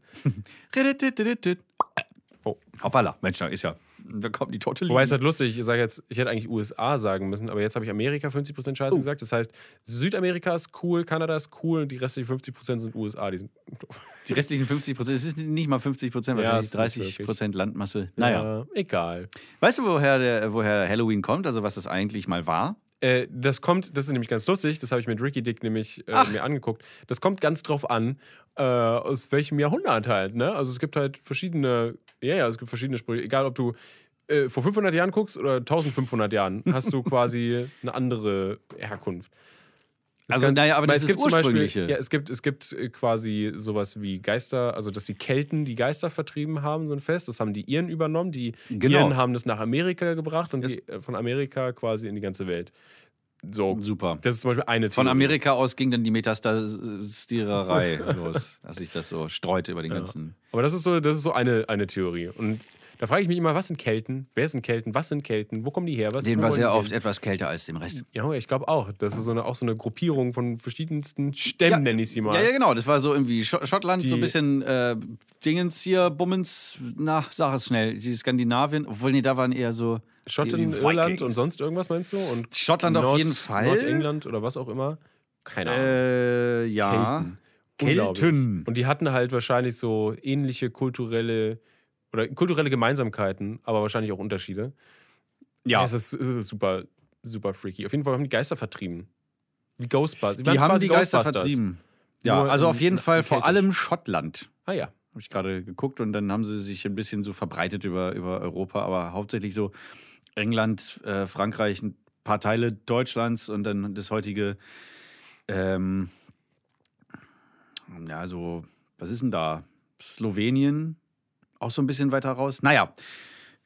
[SPEAKER 1] Oh, hoppala. Mensch, da ist ja... Da kommt die Tortellini.
[SPEAKER 2] Wobei es halt lustig, ich sage jetzt, ich hätte eigentlich USA sagen müssen, aber jetzt habe ich Amerika 50% Scheiße gesagt. Das heißt, Südamerika ist cool, Kanada ist cool und die restlichen 50% sind USA. Die sind doof.
[SPEAKER 1] Die restlichen 50 Prozent, es ist nicht mal 50 Prozent,
[SPEAKER 2] Ja,
[SPEAKER 1] wahrscheinlich
[SPEAKER 2] es ist
[SPEAKER 1] 30
[SPEAKER 2] wirklich.
[SPEAKER 1] Prozent Landmasse. Naja.
[SPEAKER 2] Äh, egal.
[SPEAKER 1] Weißt du, woher, der, woher Halloween kommt, also was das eigentlich mal war?
[SPEAKER 2] Äh, das kommt, das ist nämlich ganz lustig, das habe ich mit Ricky Dick nämlich äh, mir angeguckt. Das kommt ganz drauf an, äh, aus welchem Jahrhundert halt. Ne? Also es gibt halt verschiedene, ja, ja, es gibt verschiedene Sprüche. Egal, ob du äh, vor 500 Jahren guckst oder 1500 Jahren, hast du quasi eine andere Herkunft. Es
[SPEAKER 1] Also,
[SPEAKER 2] kann-
[SPEAKER 1] naja, aber
[SPEAKER 2] weil
[SPEAKER 1] das
[SPEAKER 2] es
[SPEAKER 1] ist
[SPEAKER 2] gibt
[SPEAKER 1] das
[SPEAKER 2] zum
[SPEAKER 1] Ursprüngliche.
[SPEAKER 2] Beispiel, ja, es gibt, es gibt äh, quasi sowas wie Geister, also dass die Kelten die Geister vertrieben haben, so ein Fest. Das haben die Iren übernommen. Die
[SPEAKER 1] Genau.
[SPEAKER 2] Iren haben das nach Amerika gebracht und die, äh, von Amerika quasi in die ganze Welt. So.
[SPEAKER 1] Super.
[SPEAKER 2] Das ist zum Beispiel eine Theorie.
[SPEAKER 1] Von Amerika aus ging dann die Metastasiererei los, dass sich das so streute über den ganzen.
[SPEAKER 2] Aber das ist so, das ist so eine, eine Theorie. Und da frage ich mich immer, was sind Kelten? Wer sind Kelten? Was sind Kelten? Wo kommen die her? Was
[SPEAKER 1] Den
[SPEAKER 2] wo
[SPEAKER 1] war
[SPEAKER 2] wollen
[SPEAKER 1] sehr
[SPEAKER 2] die
[SPEAKER 1] oft
[SPEAKER 2] hin?
[SPEAKER 1] etwas kälter als dem Rest.
[SPEAKER 2] Ja, ich glaube auch. Das ist so eine, auch so eine Gruppierung von verschiedensten Stämmen, nenne ich sie mal.
[SPEAKER 1] Ja, ja, genau. Das war so irgendwie Scho- Schottland, so ein
[SPEAKER 2] Die-
[SPEAKER 1] bisschen äh, Dingens hier, Bummens, na, sag es schnell. Die Skandinavien, obwohl, nee, da waren eher so. die
[SPEAKER 2] Schottland,
[SPEAKER 1] Vikings.
[SPEAKER 2] Irland und sonst irgendwas meinst du? Und
[SPEAKER 1] Schottland auf
[SPEAKER 2] Nord-
[SPEAKER 1] jeden Fall.
[SPEAKER 2] Nordengland oder was auch immer. Keine Ahnung.
[SPEAKER 1] Äh, ja.
[SPEAKER 2] Unglaublich.
[SPEAKER 1] Kelten.
[SPEAKER 2] Und die hatten halt wahrscheinlich so ähnliche kulturelle oder kulturelle Gemeinsamkeiten, aber wahrscheinlich auch Unterschiede. Ja.
[SPEAKER 1] Also,
[SPEAKER 2] Es ist, es ist super, super freaky. Auf jeden Fall haben die Geister vertrieben. Die Ghostbusters.
[SPEAKER 1] Die
[SPEAKER 2] waren
[SPEAKER 1] haben
[SPEAKER 2] quasi
[SPEAKER 1] die Geister
[SPEAKER 2] Ghostbusters.
[SPEAKER 1] vertrieben. Ja,
[SPEAKER 2] Nur
[SPEAKER 1] also
[SPEAKER 2] in-
[SPEAKER 1] auf jeden
[SPEAKER 2] in-
[SPEAKER 1] Fall
[SPEAKER 2] in
[SPEAKER 1] vor
[SPEAKER 2] Keltisch.
[SPEAKER 1] allem Schottland.
[SPEAKER 2] Ah ja.
[SPEAKER 1] Habe ich gerade geguckt und dann haben sie sich ein bisschen so verbreitet über, über Europa, aber hauptsächlich so England, äh, Frankreich, ein paar Teile Deutschlands und dann das heutige, ähm, ja, so, was ist denn da? Slowenien, auch so ein bisschen weiter raus. Naja,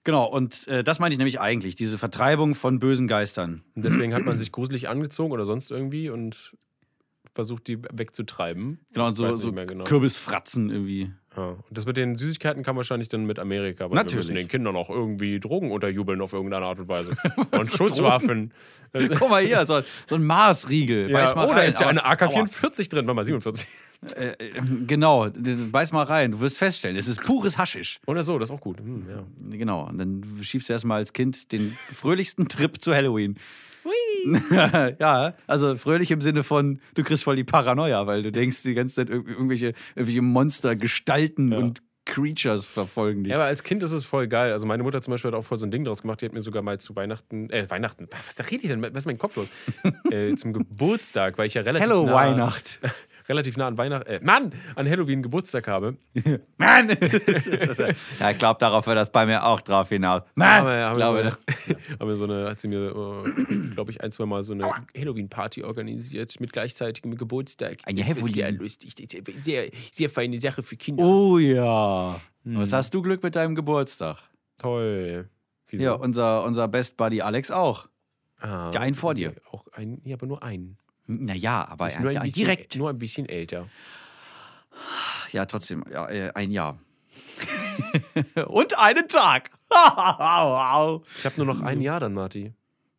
[SPEAKER 1] genau, und äh, das meine ich nämlich eigentlich, diese Vertreibung von bösen Geistern.
[SPEAKER 2] Und deswegen hat man sich gruselig angezogen oder sonst irgendwie und versucht, die wegzutreiben.
[SPEAKER 1] Genau, und so,
[SPEAKER 2] Weiß nicht
[SPEAKER 1] so
[SPEAKER 2] mehr genau.
[SPEAKER 1] Kürbisfratzen irgendwie.
[SPEAKER 2] Ja. Und das mit den Süßigkeiten kam wahrscheinlich dann mit Amerika. Aber
[SPEAKER 1] Natürlich.
[SPEAKER 2] Wir müssen den Kindern auch irgendwie Drogen unterjubeln auf irgendeine Art und Weise. Und Schutzwaffen.
[SPEAKER 1] Guck mal hier, so, so ein Maßriegel.
[SPEAKER 2] Ja,
[SPEAKER 1] Beiß mal
[SPEAKER 2] oh, da
[SPEAKER 1] rein,
[SPEAKER 2] ist ja
[SPEAKER 1] aber-
[SPEAKER 2] eine AK-44 drin. Warte mal, 47.
[SPEAKER 1] Genau, d- beiß mal rein. Du wirst feststellen, es ist pures Haschisch.
[SPEAKER 2] Oder so, das ist auch gut. Hm, ja.
[SPEAKER 1] Genau. Und dann schiebst du erstmal als Kind den fröhlichsten Trip zu Halloween. ja, also fröhlich im Sinne von, du kriegst voll die Paranoia, weil du denkst, die ganze Zeit irg- irgendwelche, irgendwelche Monster, Gestalten und Creatures verfolgen dich.
[SPEAKER 2] ja, aber als Kind ist es voll geil. Also meine Mutter zum Beispiel hat auch voll so ein Ding draus gemacht. Die hat mir sogar mal zu Weihnachten, äh, Weihnachten, was da rede ich denn? Was ist mein Kopf los? äh, zum Geburtstag, weil ich ja relativ
[SPEAKER 1] Hello,
[SPEAKER 2] nah,
[SPEAKER 1] Weihnacht.
[SPEAKER 2] relativ nah an Weihnachten, äh, Mann, an Halloween Geburtstag habe.
[SPEAKER 1] Ah, Mann! ja, ich glaube, darauf wird das bei mir auch drauf hinaus. Mann!
[SPEAKER 2] Haben wir,
[SPEAKER 1] ich
[SPEAKER 2] haben
[SPEAKER 1] glaube,
[SPEAKER 2] wir so, eine- haben wir so eine, hat sie mir, äh, glaube ich, ein, zwei Mal so eine Halloween-Party organisiert mit gleichzeitigem Geburtstag.
[SPEAKER 1] Eine
[SPEAKER 2] das ist sehr
[SPEAKER 1] Halloween.
[SPEAKER 2] lustig. Das ist Sehr, sehr feine Sache für Kinder.
[SPEAKER 1] oh ja. Was hast du Glück mit deinem Geburtstag?
[SPEAKER 2] Toll. Wieso?
[SPEAKER 1] Ja, unser, unser Best Buddy Alex auch.
[SPEAKER 2] Ah,
[SPEAKER 1] Der einen vor dir.
[SPEAKER 2] okay. Auch einen, ja, aber nur einen.
[SPEAKER 1] Naja, aber
[SPEAKER 2] nur
[SPEAKER 1] er,
[SPEAKER 2] ein
[SPEAKER 1] ja,
[SPEAKER 2] bisschen,
[SPEAKER 1] direkt.
[SPEAKER 2] Nur ein bisschen älter.
[SPEAKER 1] Ja, trotzdem, ja, äh, ein Jahr. Und einen Tag.
[SPEAKER 2] Ich habe nur noch ein Jahr dann, Marti.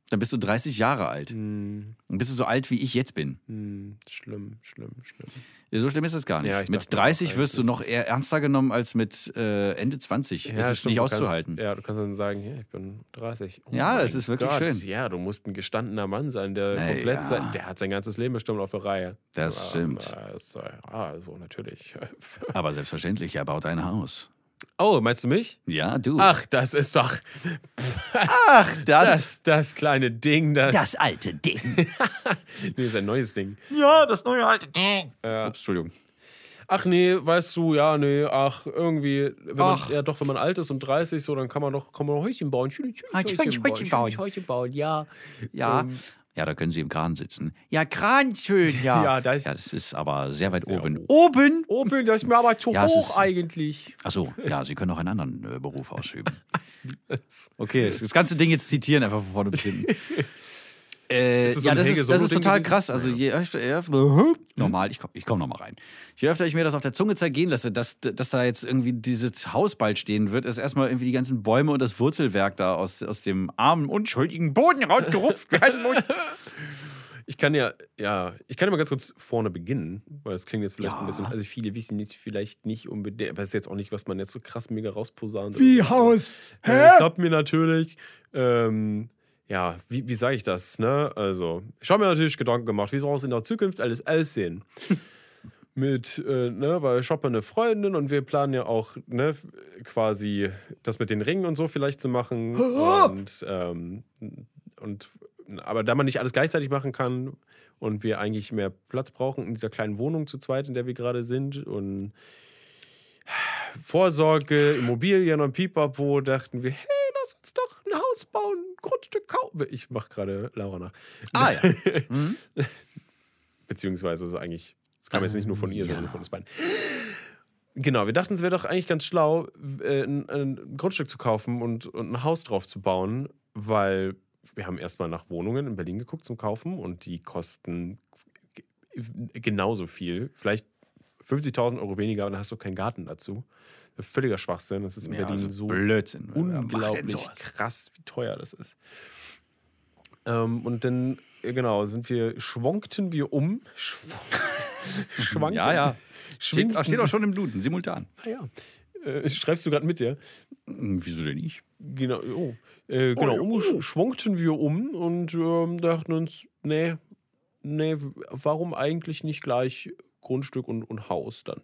[SPEAKER 1] Dann bist du 30 Jahre alt. Dann bist du so alt, wie ich jetzt bin.
[SPEAKER 2] Hm, schlimm, schlimm, schlimm.
[SPEAKER 1] So schlimm ist es gar nicht.
[SPEAKER 2] Ja, ich
[SPEAKER 1] mit
[SPEAKER 2] dachte mir auch
[SPEAKER 1] 30 wirst du noch eher ernster genommen als mit äh, Ende 20. es ist
[SPEAKER 2] stimmt,
[SPEAKER 1] nicht
[SPEAKER 2] du kannst-
[SPEAKER 1] auszuhalten.
[SPEAKER 2] ja, du kannst dann sagen, ja, ich bin 30. Oh
[SPEAKER 1] Ja,
[SPEAKER 2] mein
[SPEAKER 1] es ist wirklich
[SPEAKER 2] Gott.
[SPEAKER 1] schön.
[SPEAKER 2] Ja, du musst ein gestandener Mann sein, der
[SPEAKER 1] Na
[SPEAKER 2] komplett
[SPEAKER 1] ja.
[SPEAKER 2] sein, der hat sein ganzes Leben bestimmt auf der Reihe.
[SPEAKER 1] Das stimmt.
[SPEAKER 2] Ah, ist, äh, ah, so natürlich.
[SPEAKER 1] Aber selbstverständlich, er baut ein Haus.
[SPEAKER 2] Oh, meinst du mich?
[SPEAKER 1] Ja, du.
[SPEAKER 2] Ach, das ist doch
[SPEAKER 1] Ach,
[SPEAKER 2] das, das kleine Ding, das,
[SPEAKER 1] das alte Ding.
[SPEAKER 2] Nee, ist ein neues Ding.
[SPEAKER 3] Ja, das neue alte Ding.
[SPEAKER 1] Ups, Entschuldigung.
[SPEAKER 2] ach nee, weißt du, ja, nee, ach, irgendwie, wenn
[SPEAKER 1] Ach.
[SPEAKER 2] Man, ja doch, wenn man alt ist und 30, so, dann kann man doch, kann man doch Häuschen bauen. Schön, schön,
[SPEAKER 1] Ah,
[SPEAKER 2] Häuschen,
[SPEAKER 1] schön Häuschen
[SPEAKER 2] bauen.
[SPEAKER 1] bauen.
[SPEAKER 2] Schön, Häuschen bauen, ja.
[SPEAKER 1] Ja.
[SPEAKER 2] Ähm.
[SPEAKER 1] ja, da können sie im Kran sitzen. Ja, Kran schön, ja.
[SPEAKER 2] Ja, da ist-
[SPEAKER 1] Ah. ja das ist aber sehr weit oben. Oben?
[SPEAKER 2] Opel, das ist mir aber zu
[SPEAKER 1] Ja, es
[SPEAKER 2] hoch
[SPEAKER 1] ist-
[SPEAKER 2] eigentlich.
[SPEAKER 1] Achso, ja, sie können auch einen anderen äh, Beruf ausüben. Okay, das ganze Ding jetzt zitieren, einfach von vorne bis hinten. Äh,
[SPEAKER 2] das so
[SPEAKER 1] ja,
[SPEAKER 2] ein
[SPEAKER 1] das
[SPEAKER 2] Helge
[SPEAKER 1] ist, das ist
[SPEAKER 2] Solo-Ding
[SPEAKER 1] total
[SPEAKER 2] gewesen? Mhm.
[SPEAKER 1] krass. Also je öfter, je öfter normal, ich komme ich komm nochmal rein. Je öfter ich mir das auf der Zunge zergehen lasse, dass, dass da jetzt irgendwie dieses Haus bald stehen wird, ist erstmal irgendwie die ganzen Bäume und das Wurzelwerk da aus, aus dem armen, unschuldigen Boden rausgerupft werden muss.
[SPEAKER 2] Ich kann ja, ja, ich kann ja mal ganz kurz vorne beginnen, weil das klingt jetzt vielleicht ein bisschen, also viele wissen jetzt vielleicht nicht unbedingt, aber es ist jetzt auch nicht, was man jetzt so krass mega rausposaunt.
[SPEAKER 4] Wie Haus?
[SPEAKER 2] Hä?
[SPEAKER 4] Hä?
[SPEAKER 2] Ich hab mir natürlich, ähm, ja, wie, wie sage ich das, ne? Also, ich habe mir natürlich Gedanken gemacht, wie soll es in der Zukunft alles aussehen? mit, äh, ne, weil ich habe eine Freundin und wir planen ja auch, ne, quasi das mit den Ringen und so vielleicht zu machen. und, ähm, und, aber da man nicht alles gleichzeitig machen kann und wir eigentlich mehr Platz brauchen in dieser kleinen Wohnung zu zweit, in der wir gerade sind und Vorsorge, Immobilien und Pipapo dachten wir, hey, lass uns doch ein Haus bauen, ein Grundstück kaufen. Ich mache gerade Laura nach.
[SPEAKER 1] Ah ja.
[SPEAKER 2] Beziehungsweise ist eigentlich, das kam jetzt nicht nur von ihr, sondern von uns beiden. Genau, wir dachten, es wäre doch eigentlich ganz schlau, äh, ein, ein Grundstück zu kaufen und, und ein Haus drauf zu bauen, weil wir haben erstmal nach Wohnungen in Berlin geguckt zum Kaufen und die kosten g- genauso viel, vielleicht 50.000 Euro weniger und dann hast du keinen Garten dazu. Völliger Schwachsinn, das ist in Berlin
[SPEAKER 1] also
[SPEAKER 2] so
[SPEAKER 1] Blödsinn. Wer macht denn
[SPEAKER 2] unglaublich
[SPEAKER 1] sowas?
[SPEAKER 2] krass, wie teuer das ist. Ähm, und dann, äh, genau, sind wir, schwankten wir um. Schw schwanken.
[SPEAKER 1] Ja, ja. Steht,
[SPEAKER 2] Schwingten.
[SPEAKER 1] steht auch schon im Duden, simultan.
[SPEAKER 2] Ah, ja. Äh, schreibst du gerade mit dir?
[SPEAKER 1] Hm, Wieso denn nicht?
[SPEAKER 2] Genau, oh. äh, genau um,
[SPEAKER 1] Oh.
[SPEAKER 2] sch- schwankten wir um und ähm, dachten uns, nee, nee, w- warum eigentlich nicht gleich Grundstück und, und Haus dann?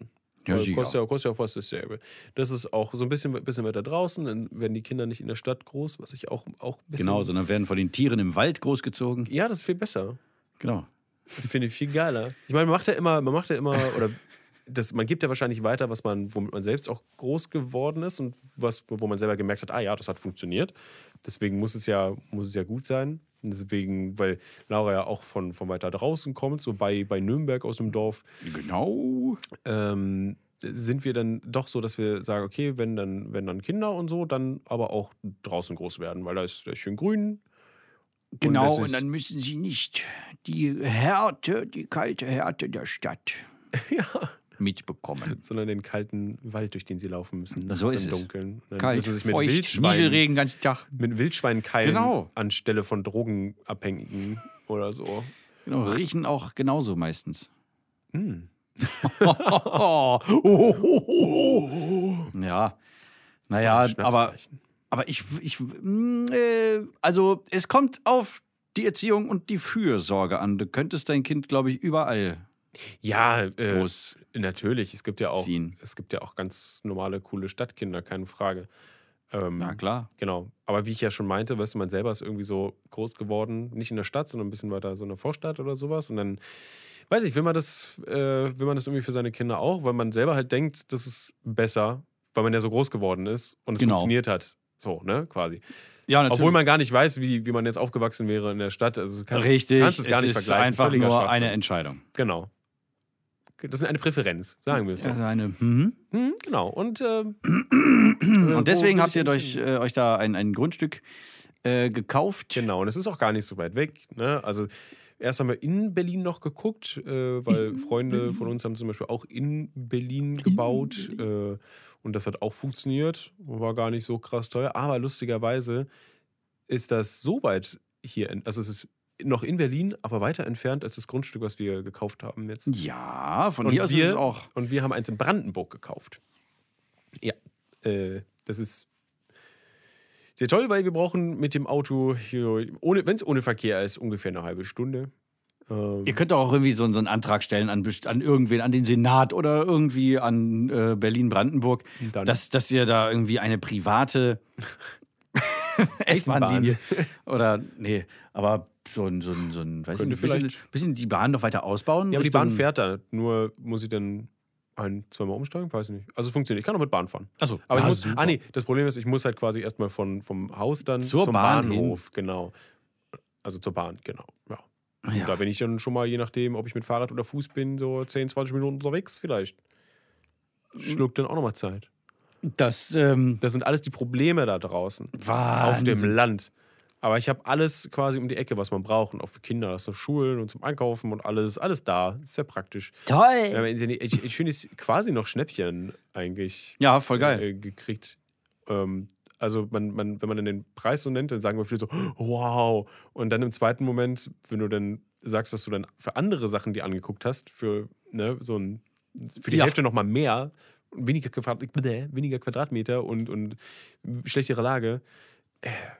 [SPEAKER 1] Ja,
[SPEAKER 2] Weil
[SPEAKER 1] sicher.
[SPEAKER 2] kostet, ja, kostet ja fast dasselbe. Das ist auch so ein bisschen, bisschen weiter draußen, dann werden die Kinder nicht in der Stadt groß, was ich auch, auch ein bisschen.
[SPEAKER 1] Genau, sondern werden von den Tieren im Wald großgezogen.
[SPEAKER 2] Ja, das ist viel besser.
[SPEAKER 1] Genau.
[SPEAKER 2] Finde ich viel geiler. Ich meine, man macht ja immer, man macht ja immer, oder das, man gibt ja wahrscheinlich weiter, was man, womit man selbst auch groß geworden ist und was, wo man selber gemerkt hat, ah ja, das hat funktioniert. Deswegen muss es ja, muss es ja gut sein. Und Deswegen, weil Laura ja auch von, von weiter draußen kommt, so bei, bei Nürnberg aus dem Dorf,
[SPEAKER 1] Genau.
[SPEAKER 2] ähm, sind wir dann doch so, dass wir sagen, okay, wenn dann, wenn dann Kinder und so, dann aber auch draußen groß werden, weil da ist, da ist schön grün.
[SPEAKER 4] Genau,
[SPEAKER 2] das
[SPEAKER 4] und
[SPEAKER 2] ist-
[SPEAKER 4] dann müssen sie nicht die Härte, die kalte Härte der Stadt
[SPEAKER 1] Mitbekommen.
[SPEAKER 2] sondern den kalten Wald, durch den sie laufen müssen.
[SPEAKER 1] So
[SPEAKER 2] nachts
[SPEAKER 1] ist
[SPEAKER 2] im
[SPEAKER 1] es.
[SPEAKER 2] Dunkeln. Dann
[SPEAKER 1] Kalt,
[SPEAKER 2] müssen sie sich mit
[SPEAKER 1] feucht,
[SPEAKER 2] Wildschweinen,
[SPEAKER 1] Nieselregen, ganzen Tag.
[SPEAKER 2] mit Wildschweinen keilen
[SPEAKER 1] Genau.
[SPEAKER 2] anstelle von Drogenabhängigen oder so.
[SPEAKER 1] Genau, riechen auch genauso meistens.
[SPEAKER 2] Hm.
[SPEAKER 1] Ja. Naja, Ah, aber,
[SPEAKER 2] Schnapszeichen.
[SPEAKER 1] aber ich, ich mm, äh, also es kommt auf die Erziehung und die Fürsorge an. Du könntest dein Kind, glaube ich, überall
[SPEAKER 2] ja, äh,
[SPEAKER 1] groß.
[SPEAKER 2] natürlich. Es gibt ja auch,
[SPEAKER 1] Ziehen.
[SPEAKER 2] es gibt ja auch ganz normale coole Stadtkinder, keine Frage.
[SPEAKER 1] Na klar.
[SPEAKER 2] Genau. Aber wie ich ja schon meinte, weißt du, man selber ist irgendwie so groß geworden, nicht in der Stadt, sondern ein bisschen weiter so in der Vorstadt oder sowas. Und dann, weiß ich, will man das, äh, will man das irgendwie für seine Kinder auch, weil man selber halt denkt, das ist besser, weil man ja so groß geworden ist und es
[SPEAKER 1] Genau.
[SPEAKER 2] funktioniert hat. So, ne, quasi.
[SPEAKER 1] Ja,
[SPEAKER 2] Obwohl man gar nicht weiß, wie, wie man jetzt aufgewachsen wäre in der Stadt. Also du kannst,
[SPEAKER 1] Richtig,
[SPEAKER 2] kannst es gar nicht
[SPEAKER 1] ist
[SPEAKER 2] vergleichen.
[SPEAKER 1] einfach
[SPEAKER 2] Völliger
[SPEAKER 1] nur
[SPEAKER 2] Schwachsinn.
[SPEAKER 1] eine Entscheidung.
[SPEAKER 2] Genau. Das ist eine Präferenz, sagen wir es so.
[SPEAKER 1] Also eine, mhm.
[SPEAKER 2] Hm, genau. Und, ähm,
[SPEAKER 1] Und deswegen habt ihr
[SPEAKER 2] durch
[SPEAKER 1] euch, äh, euch da ein, ein Grundstück äh, gekauft.
[SPEAKER 2] Genau, und es ist auch gar nicht so weit weg. Ne? Also erst haben wir in Berlin noch geguckt, äh, weil Freunde von uns haben zum Beispiel auch in Berlin gebaut Äh, und das hat auch funktioniert, war gar nicht so krass teuer. Aber lustigerweise ist das so weit hier, in, also es ist noch in Berlin, aber weiter entfernt als das Grundstück, was wir gekauft haben jetzt.
[SPEAKER 1] Ja, von
[SPEAKER 2] Und
[SPEAKER 1] hier aus
[SPEAKER 2] wir-
[SPEAKER 1] ist es auch.
[SPEAKER 2] Und wir haben eins in Brandenburg gekauft. Ja. Äh, das ist sehr toll, weil wir brauchen mit dem Auto, wenn es ohne Verkehr ist, ungefähr eine halbe Stunde. Ähm,
[SPEAKER 1] Ihr könnt auch irgendwie so, einen- so einen Antrag stellen an, best- an irgendwen, an den Senat oder irgendwie an äh, Berlin-Brandenburg,
[SPEAKER 2] Dann-
[SPEAKER 1] dass, dass ihr da irgendwie eine private S-Bahn-Linie oder nee, aber so ein, so ein, so ein weiß ich
[SPEAKER 2] Könnte
[SPEAKER 1] nicht, bisschen,
[SPEAKER 2] vielleicht-
[SPEAKER 1] bisschen die Bahn noch weiter ausbauen.
[SPEAKER 2] ja, aber die
[SPEAKER 1] Richtung-
[SPEAKER 2] Bahn fährt da, nur muss ich dann ein, zweimal umsteigen? Weiß ich nicht. Also funktioniert. Ich kann auch mit Bahn fahren.
[SPEAKER 1] Achso,
[SPEAKER 2] Aber ich
[SPEAKER 1] ah,
[SPEAKER 2] muss,
[SPEAKER 1] super.
[SPEAKER 2] ah nee, das Problem ist, ich muss halt quasi erstmal von, vom Haus dann
[SPEAKER 1] Zur
[SPEAKER 2] zum
[SPEAKER 1] Bahn
[SPEAKER 2] Bahnhof, genau. Also zur Bahn, genau. Ja.
[SPEAKER 1] Ja.
[SPEAKER 2] Da bin ich dann schon mal, je nachdem, ob ich mit Fahrrad oder Fuß bin, so 10, 20 Minuten unterwegs vielleicht. Schluckt dann auch nochmal Zeit.
[SPEAKER 1] Das, ähm,
[SPEAKER 2] Das sind alles die Probleme da draußen. Auf
[SPEAKER 1] Wahnsinn.
[SPEAKER 2] dem Land. Aber ich habe alles quasi um die Ecke, was man braucht. Und auch für Kinder, das sind Schulen und zum Einkaufen und alles, alles da. Ist sehr praktisch.
[SPEAKER 3] Toll.
[SPEAKER 2] Wir haben ein, ein schönes quasi noch Schnäppchen eigentlich
[SPEAKER 1] Ja, voll geil.
[SPEAKER 2] äh, gekriegt. Ähm, also man, man, wenn man dann den Preis so nennt, dann sagen wir viele so, wow. Und dann im zweiten Moment, wenn du dann sagst, was du dann für andere Sachen dir angeguckt hast, für ne, so ein, für die
[SPEAKER 1] Ja.
[SPEAKER 2] Hälfte nochmal mehr, weniger, Quadrat, bläh, weniger Quadratmeter und, und schlechtere Lage.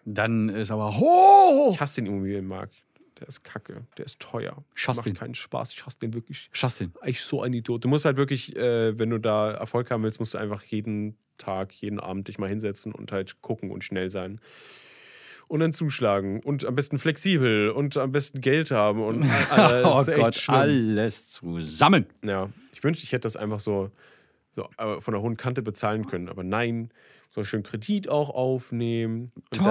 [SPEAKER 1] Dann ist aber ho!
[SPEAKER 2] Ich hasse den Immobilienmarkt. Der ist kacke, der ist teuer.
[SPEAKER 1] Ich hasse
[SPEAKER 2] Macht
[SPEAKER 1] den.
[SPEAKER 2] keinen Spaß, ich hasse den wirklich.
[SPEAKER 1] Schaffst den.
[SPEAKER 2] Eigentlich so ein Idiot. Du musst halt wirklich, äh, wenn du da Erfolg haben willst, musst du einfach jeden Tag, jeden Abend dich mal hinsetzen und halt gucken und schnell sein. Und dann zuschlagen. Und am besten flexibel und am besten Geld haben. Und alles
[SPEAKER 1] Oh
[SPEAKER 2] Äh, ist echt
[SPEAKER 1] Gott,
[SPEAKER 2] schlimm.
[SPEAKER 1] alles zusammen.
[SPEAKER 2] Ja, ich wünschte, ich hätte das einfach so, so aber von der hohen Kante bezahlen können. Aber nein, so schön Kredit auch aufnehmen. Und
[SPEAKER 1] Toll.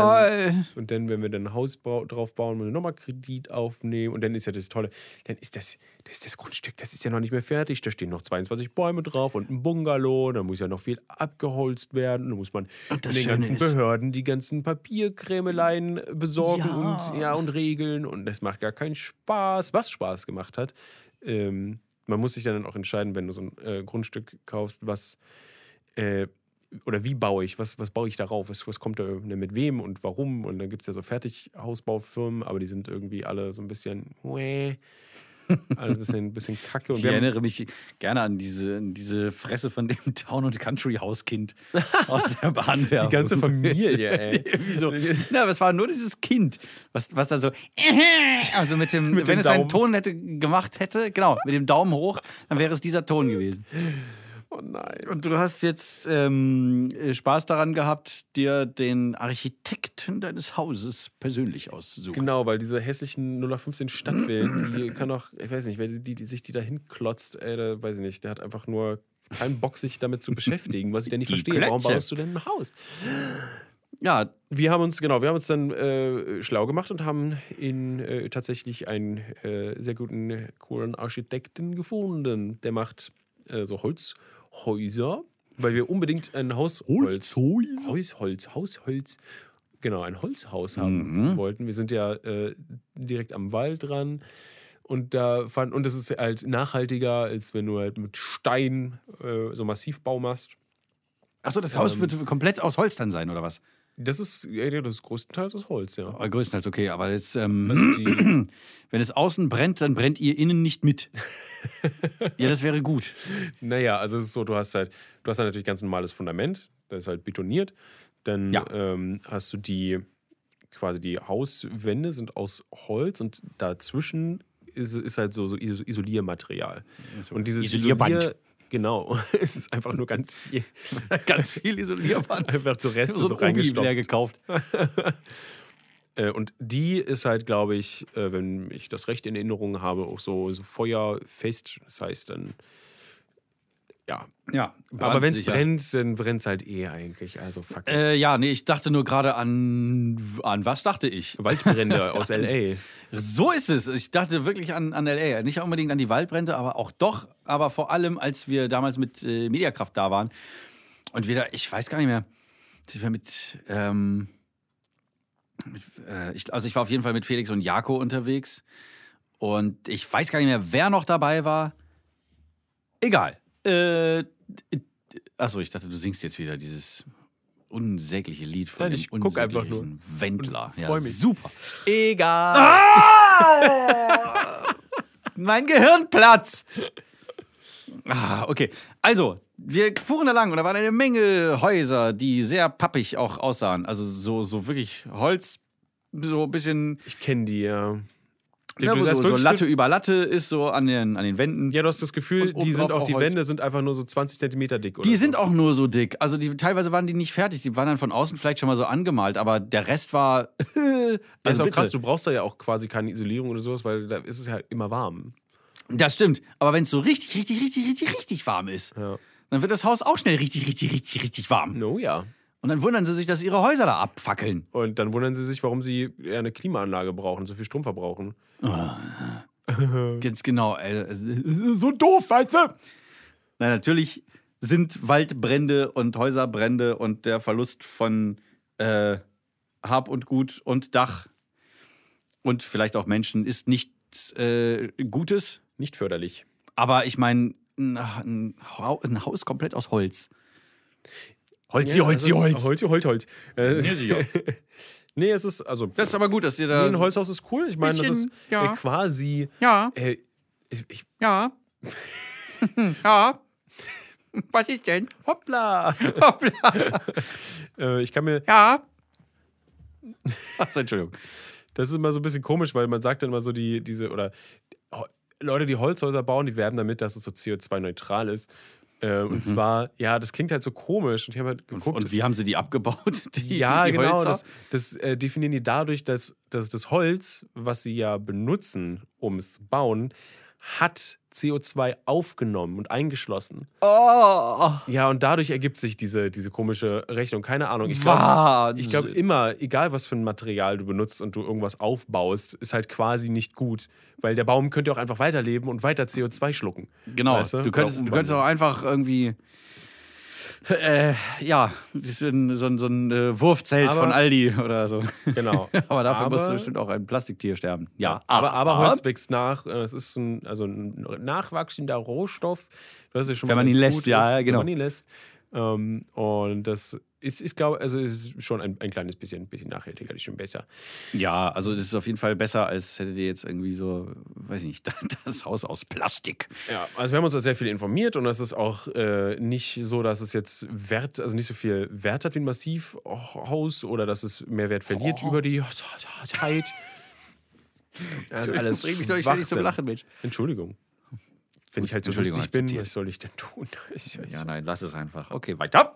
[SPEAKER 2] Dann, und dann, wenn wir dann ein Haus bau- drauf bauen, müssen wir nochmal Kredit aufnehmen. Und dann ist ja das Tolle, dann ist das, das ist das Grundstück, das ist ja noch nicht mehr fertig. Da stehen noch 22 Bäume drauf und ein Bungalow. Da muss ja noch viel abgeholzt werden. Da muss man den
[SPEAKER 1] Schöne
[SPEAKER 2] ganzen
[SPEAKER 1] ist-
[SPEAKER 2] Behörden die ganzen Papierkrämeleien besorgen und, ja, und regeln. Und das macht gar keinen Spaß. Was Spaß gemacht hat, ähm, man muss sich dann auch entscheiden, wenn du so ein äh, Grundstück kaufst, was äh, oder wie baue ich, was, was baue ich darauf, was, was kommt da ne, mit wem und warum. Und dann gibt es ja so Fertighausbaufirmen, aber die sind irgendwie alle so ein bisschen, alles ein bisschen, ein bisschen kacke. Und
[SPEAKER 1] Ich
[SPEAKER 2] wir haben,
[SPEAKER 1] erinnere mich gerne an diese, an diese Fresse von dem Town- und Country-Hauskind aus der Bahnwerbung.
[SPEAKER 2] Die ganze Familie, ey.
[SPEAKER 1] Irgendwie so. Na, aber es war nur dieses Kind, was, was da so, also mit dem,
[SPEAKER 2] Mit dem
[SPEAKER 1] wenn es einen
[SPEAKER 2] Daumen.
[SPEAKER 1] Ton hätte gemacht hätte, genau, mit dem Daumen hoch, dann wäre es dieser Ton gewesen.
[SPEAKER 2] oh nein.
[SPEAKER 1] Und du hast jetzt ähm, äh, Spaß daran gehabt, dir den Architekten deines Hauses persönlich auszusuchen.
[SPEAKER 2] Genau, weil diese hässlichen 0815 Stadtwillen, die kann auch, ich weiß nicht, wer die, die sich die da hinklotzt, ey, da weiß ich nicht, der hat einfach nur keinen Bock, sich damit zu beschäftigen, was ich ja nicht
[SPEAKER 1] Die
[SPEAKER 2] verstehe. Warum
[SPEAKER 1] Klötze.
[SPEAKER 2] baust du denn ein Haus?
[SPEAKER 1] Ja,
[SPEAKER 2] wir haben uns, genau, wir haben uns dann äh, schlau gemacht und haben in äh, tatsächlich einen äh, sehr guten, coolen Architekten gefunden. Der macht äh, so Holzhäuser, weil wir unbedingt ein Haus Holz, Holz, Holz, Haus, Holz, genau, ein Holzhaus haben wollten. Wir sind ja äh, direkt am Wald dran. Und da fand, und das ist halt nachhaltiger, als wenn du halt mit Stein äh, so Massivbau machst.
[SPEAKER 1] achso, das Haus wird komplett aus Holz dann sein, oder was?
[SPEAKER 2] Das ist, ja, das ist größtenteils aus Holz, ja.
[SPEAKER 1] Aber Äh, größtenteils okay, aber jetzt, ähm,
[SPEAKER 2] Also die,
[SPEAKER 1] wenn es außen brennt, dann brennt ihr innen nicht mit. ja, das wäre gut.
[SPEAKER 2] Naja, also es ist so, du hast halt, du hast halt natürlich ganz normales Fundament, das ist halt betoniert. Dann
[SPEAKER 1] Ja.
[SPEAKER 2] ähm, hast du die quasi die Hauswände sind aus Holz und dazwischen ist, ist halt so, so Iso- Isoliermaterial. Und dieses
[SPEAKER 1] Isolierband.
[SPEAKER 2] Isolier, genau, es ist einfach nur ganz viel,
[SPEAKER 1] Ganz viel Isolierband.
[SPEAKER 2] einfach zu Reste so,
[SPEAKER 1] so ein Obi leer
[SPEAKER 2] reingestopft.
[SPEAKER 1] gekauft.
[SPEAKER 2] Äh, und die ist halt, glaube ich, äh, wenn ich das recht in Erinnerung habe, auch so, so feuerfest. Das heißt dann, ja,
[SPEAKER 1] Ja,
[SPEAKER 2] Aber wenn es
[SPEAKER 1] brandsicher.
[SPEAKER 2] brennt, dann brennt es halt eh eigentlich. Also fuck.
[SPEAKER 1] Äh, ja, nee, ich dachte nur gerade an. An was dachte ich?
[SPEAKER 2] Waldbrände aus L.A.
[SPEAKER 1] So ist es. Ich dachte wirklich an, an LA. Nicht unbedingt an die Waldbrände, aber auch doch. Aber vor allem, als wir damals mit äh, Mediakraft da waren und wieder, ich weiß gar nicht mehr, ich war mit. Ähm, mit äh, ich, also, ich war auf jeden Fall mit Felix und Jako unterwegs. Und ich weiß gar nicht mehr, wer noch dabei war. Egal. Äh, achso, ich dachte, du singst jetzt wieder dieses unsägliche Lied von
[SPEAKER 2] Nein,
[SPEAKER 1] dem
[SPEAKER 2] ich guck einfach nur
[SPEAKER 1] unsäglichen Wendler.
[SPEAKER 2] freu
[SPEAKER 1] Ja,
[SPEAKER 2] mich.
[SPEAKER 1] super.
[SPEAKER 2] Egal.
[SPEAKER 1] Mein Gehirn platzt. Ah, okay. Also, wir fuhren da lang und da waren eine Menge Häuser, die sehr pappig auch aussahen. Also so, so wirklich Holz, so ein bisschen,
[SPEAKER 2] Ich kenne die, ja. Die,
[SPEAKER 1] ne,
[SPEAKER 2] du
[SPEAKER 1] wo
[SPEAKER 2] hast
[SPEAKER 1] so, so
[SPEAKER 2] wirklich-
[SPEAKER 1] Latte über Latte ist so an den, an den Wänden.
[SPEAKER 2] Ja, du hast das Gefühl,
[SPEAKER 1] Und oben
[SPEAKER 2] die sind
[SPEAKER 1] drauf
[SPEAKER 2] auch,
[SPEAKER 1] auch
[SPEAKER 2] die
[SPEAKER 1] Holz.
[SPEAKER 2] Wände sind einfach nur so 20 Zentimeter dick. Oder
[SPEAKER 1] Die
[SPEAKER 2] so.
[SPEAKER 1] sind auch nur so dick. Also die, teilweise waren die nicht fertig. Die waren dann von außen vielleicht schon mal so angemalt, aber der Rest war. also
[SPEAKER 2] Das ist auch
[SPEAKER 1] bitte.
[SPEAKER 2] krass, du brauchst da ja auch quasi keine Isolierung oder sowas, weil da ist es ja immer warm.
[SPEAKER 1] Das stimmt. Aber wenn es so richtig, richtig, richtig, richtig, richtig warm ist, dann wird das Haus auch schnell richtig, richtig, richtig, richtig warm.
[SPEAKER 2] No, ja.
[SPEAKER 1] Und dann wundern sie sich, dass ihre Häuser da abfackeln.
[SPEAKER 2] Und dann wundern sie sich, warum sie eher eine Klimaanlage brauchen, so viel Strom verbrauchen.
[SPEAKER 1] Ganz genau. ey. Es ist So doof, weißt du? Na, natürlich sind Waldbrände und Häuserbrände und der Verlust von äh, Hab und Gut und Dach und vielleicht auch Menschen ist nichts äh, Gutes.
[SPEAKER 2] Nicht förderlich.
[SPEAKER 1] Aber ich meine, ein, ein Hau- ein Haus komplett aus Holz. Holzi,
[SPEAKER 2] Ja,
[SPEAKER 1] Holzi,
[SPEAKER 2] das ist-
[SPEAKER 1] Holz.
[SPEAKER 2] Holz, Holz, Holz. Äh, nee, es ist, also,
[SPEAKER 1] Das ist aber gut, dass ihr
[SPEAKER 2] nee,
[SPEAKER 1] da.
[SPEAKER 2] ein Holzhaus ist cool. Ich meine, das ist
[SPEAKER 1] Also bisschen, ja.
[SPEAKER 2] äh, quasi,
[SPEAKER 1] Ja,
[SPEAKER 2] äh, ich, ich,
[SPEAKER 1] ja. ja. Was ist denn?
[SPEAKER 2] hoppla.
[SPEAKER 1] Hoppla.
[SPEAKER 2] äh, ich kann mir,
[SPEAKER 1] Ja. Ach, Entschuldigung.
[SPEAKER 2] das ist immer so ein bisschen komisch, weil man sagt dann immer so die, diese, oder ho- Leute, die Holzhäuser bauen, die werben damit, dass es so CO2-neutral ist. Äh, und zwar, ja, das klingt halt so komisch. Und ich habe halt geguckt,
[SPEAKER 1] Mhm. Und wie haben sie die abgebaut? Die,
[SPEAKER 2] Ja,
[SPEAKER 1] die
[SPEAKER 2] genau.
[SPEAKER 1] Hölzer?
[SPEAKER 2] Das, das äh, definieren die dadurch, dass, dass das Holz, was sie ja benutzen, um es zu bauen, hat CO2 aufgenommen und eingeschlossen.
[SPEAKER 1] oh,
[SPEAKER 2] Ja, und dadurch ergibt sich diese, diese komische Rechnung. Keine Ahnung. Ich glaube
[SPEAKER 1] Wahnsinn.
[SPEAKER 2] ich glaub, immer, egal was für ein Material du benutzt und du irgendwas aufbaust, ist halt quasi nicht gut. Weil der Baum könnte auch einfach weiterleben und weiter CO2 schlucken.
[SPEAKER 1] genau.
[SPEAKER 2] Weißt
[SPEAKER 1] du, könntest, du
[SPEAKER 2] Oder
[SPEAKER 1] könntest auch einfach irgendwie. Äh, ja, so ein, so ein, so ein äh, Wurfzelt
[SPEAKER 2] Aber-
[SPEAKER 1] von Aldi oder so.
[SPEAKER 2] Genau.
[SPEAKER 1] aber dafür musst du
[SPEAKER 2] Aber-
[SPEAKER 1] bestimmt auch ein Plastiktier sterben.
[SPEAKER 2] Ja, aber, aber Holz wächst nach. äh, Es ist ein, also ein nachwachsender Rohstoff. Das ist schon
[SPEAKER 1] Wenn
[SPEAKER 2] mal
[SPEAKER 1] man ihn
[SPEAKER 2] ganz
[SPEAKER 1] lässt,
[SPEAKER 2] gut
[SPEAKER 1] ja,
[SPEAKER 2] ist,
[SPEAKER 1] ja, genau.
[SPEAKER 2] Wenn man ihn lässt. Ähm, und das ist, ist glaube also es ist schon ein, ein kleines bisschen, bisschen nachhaltiger, ist schon besser.
[SPEAKER 1] Ja, also das ist auf jeden Fall besser, als hättet ihr jetzt irgendwie so, weiß ich nicht, das Haus aus Plastik.
[SPEAKER 2] Ja, also wir haben uns da sehr viel informiert und es ist auch äh, nicht so, dass es jetzt Wert, also nicht so viel Wert hat wie ein Massivhaus oder dass es mehr Wert verliert über die Zeit. Das ist alles
[SPEAKER 1] Bring mich doch nicht ständig zum
[SPEAKER 2] Schwachsinn.
[SPEAKER 1] Lachen, Mensch.
[SPEAKER 2] Entschuldigung. Wenn ich halt so
[SPEAKER 1] Entschuldigung,
[SPEAKER 2] lustig bin,
[SPEAKER 1] akzeptiert.
[SPEAKER 2] was soll ich denn tun? Ich, ich,
[SPEAKER 1] Ja, nein, lass es einfach. Okay, weiter.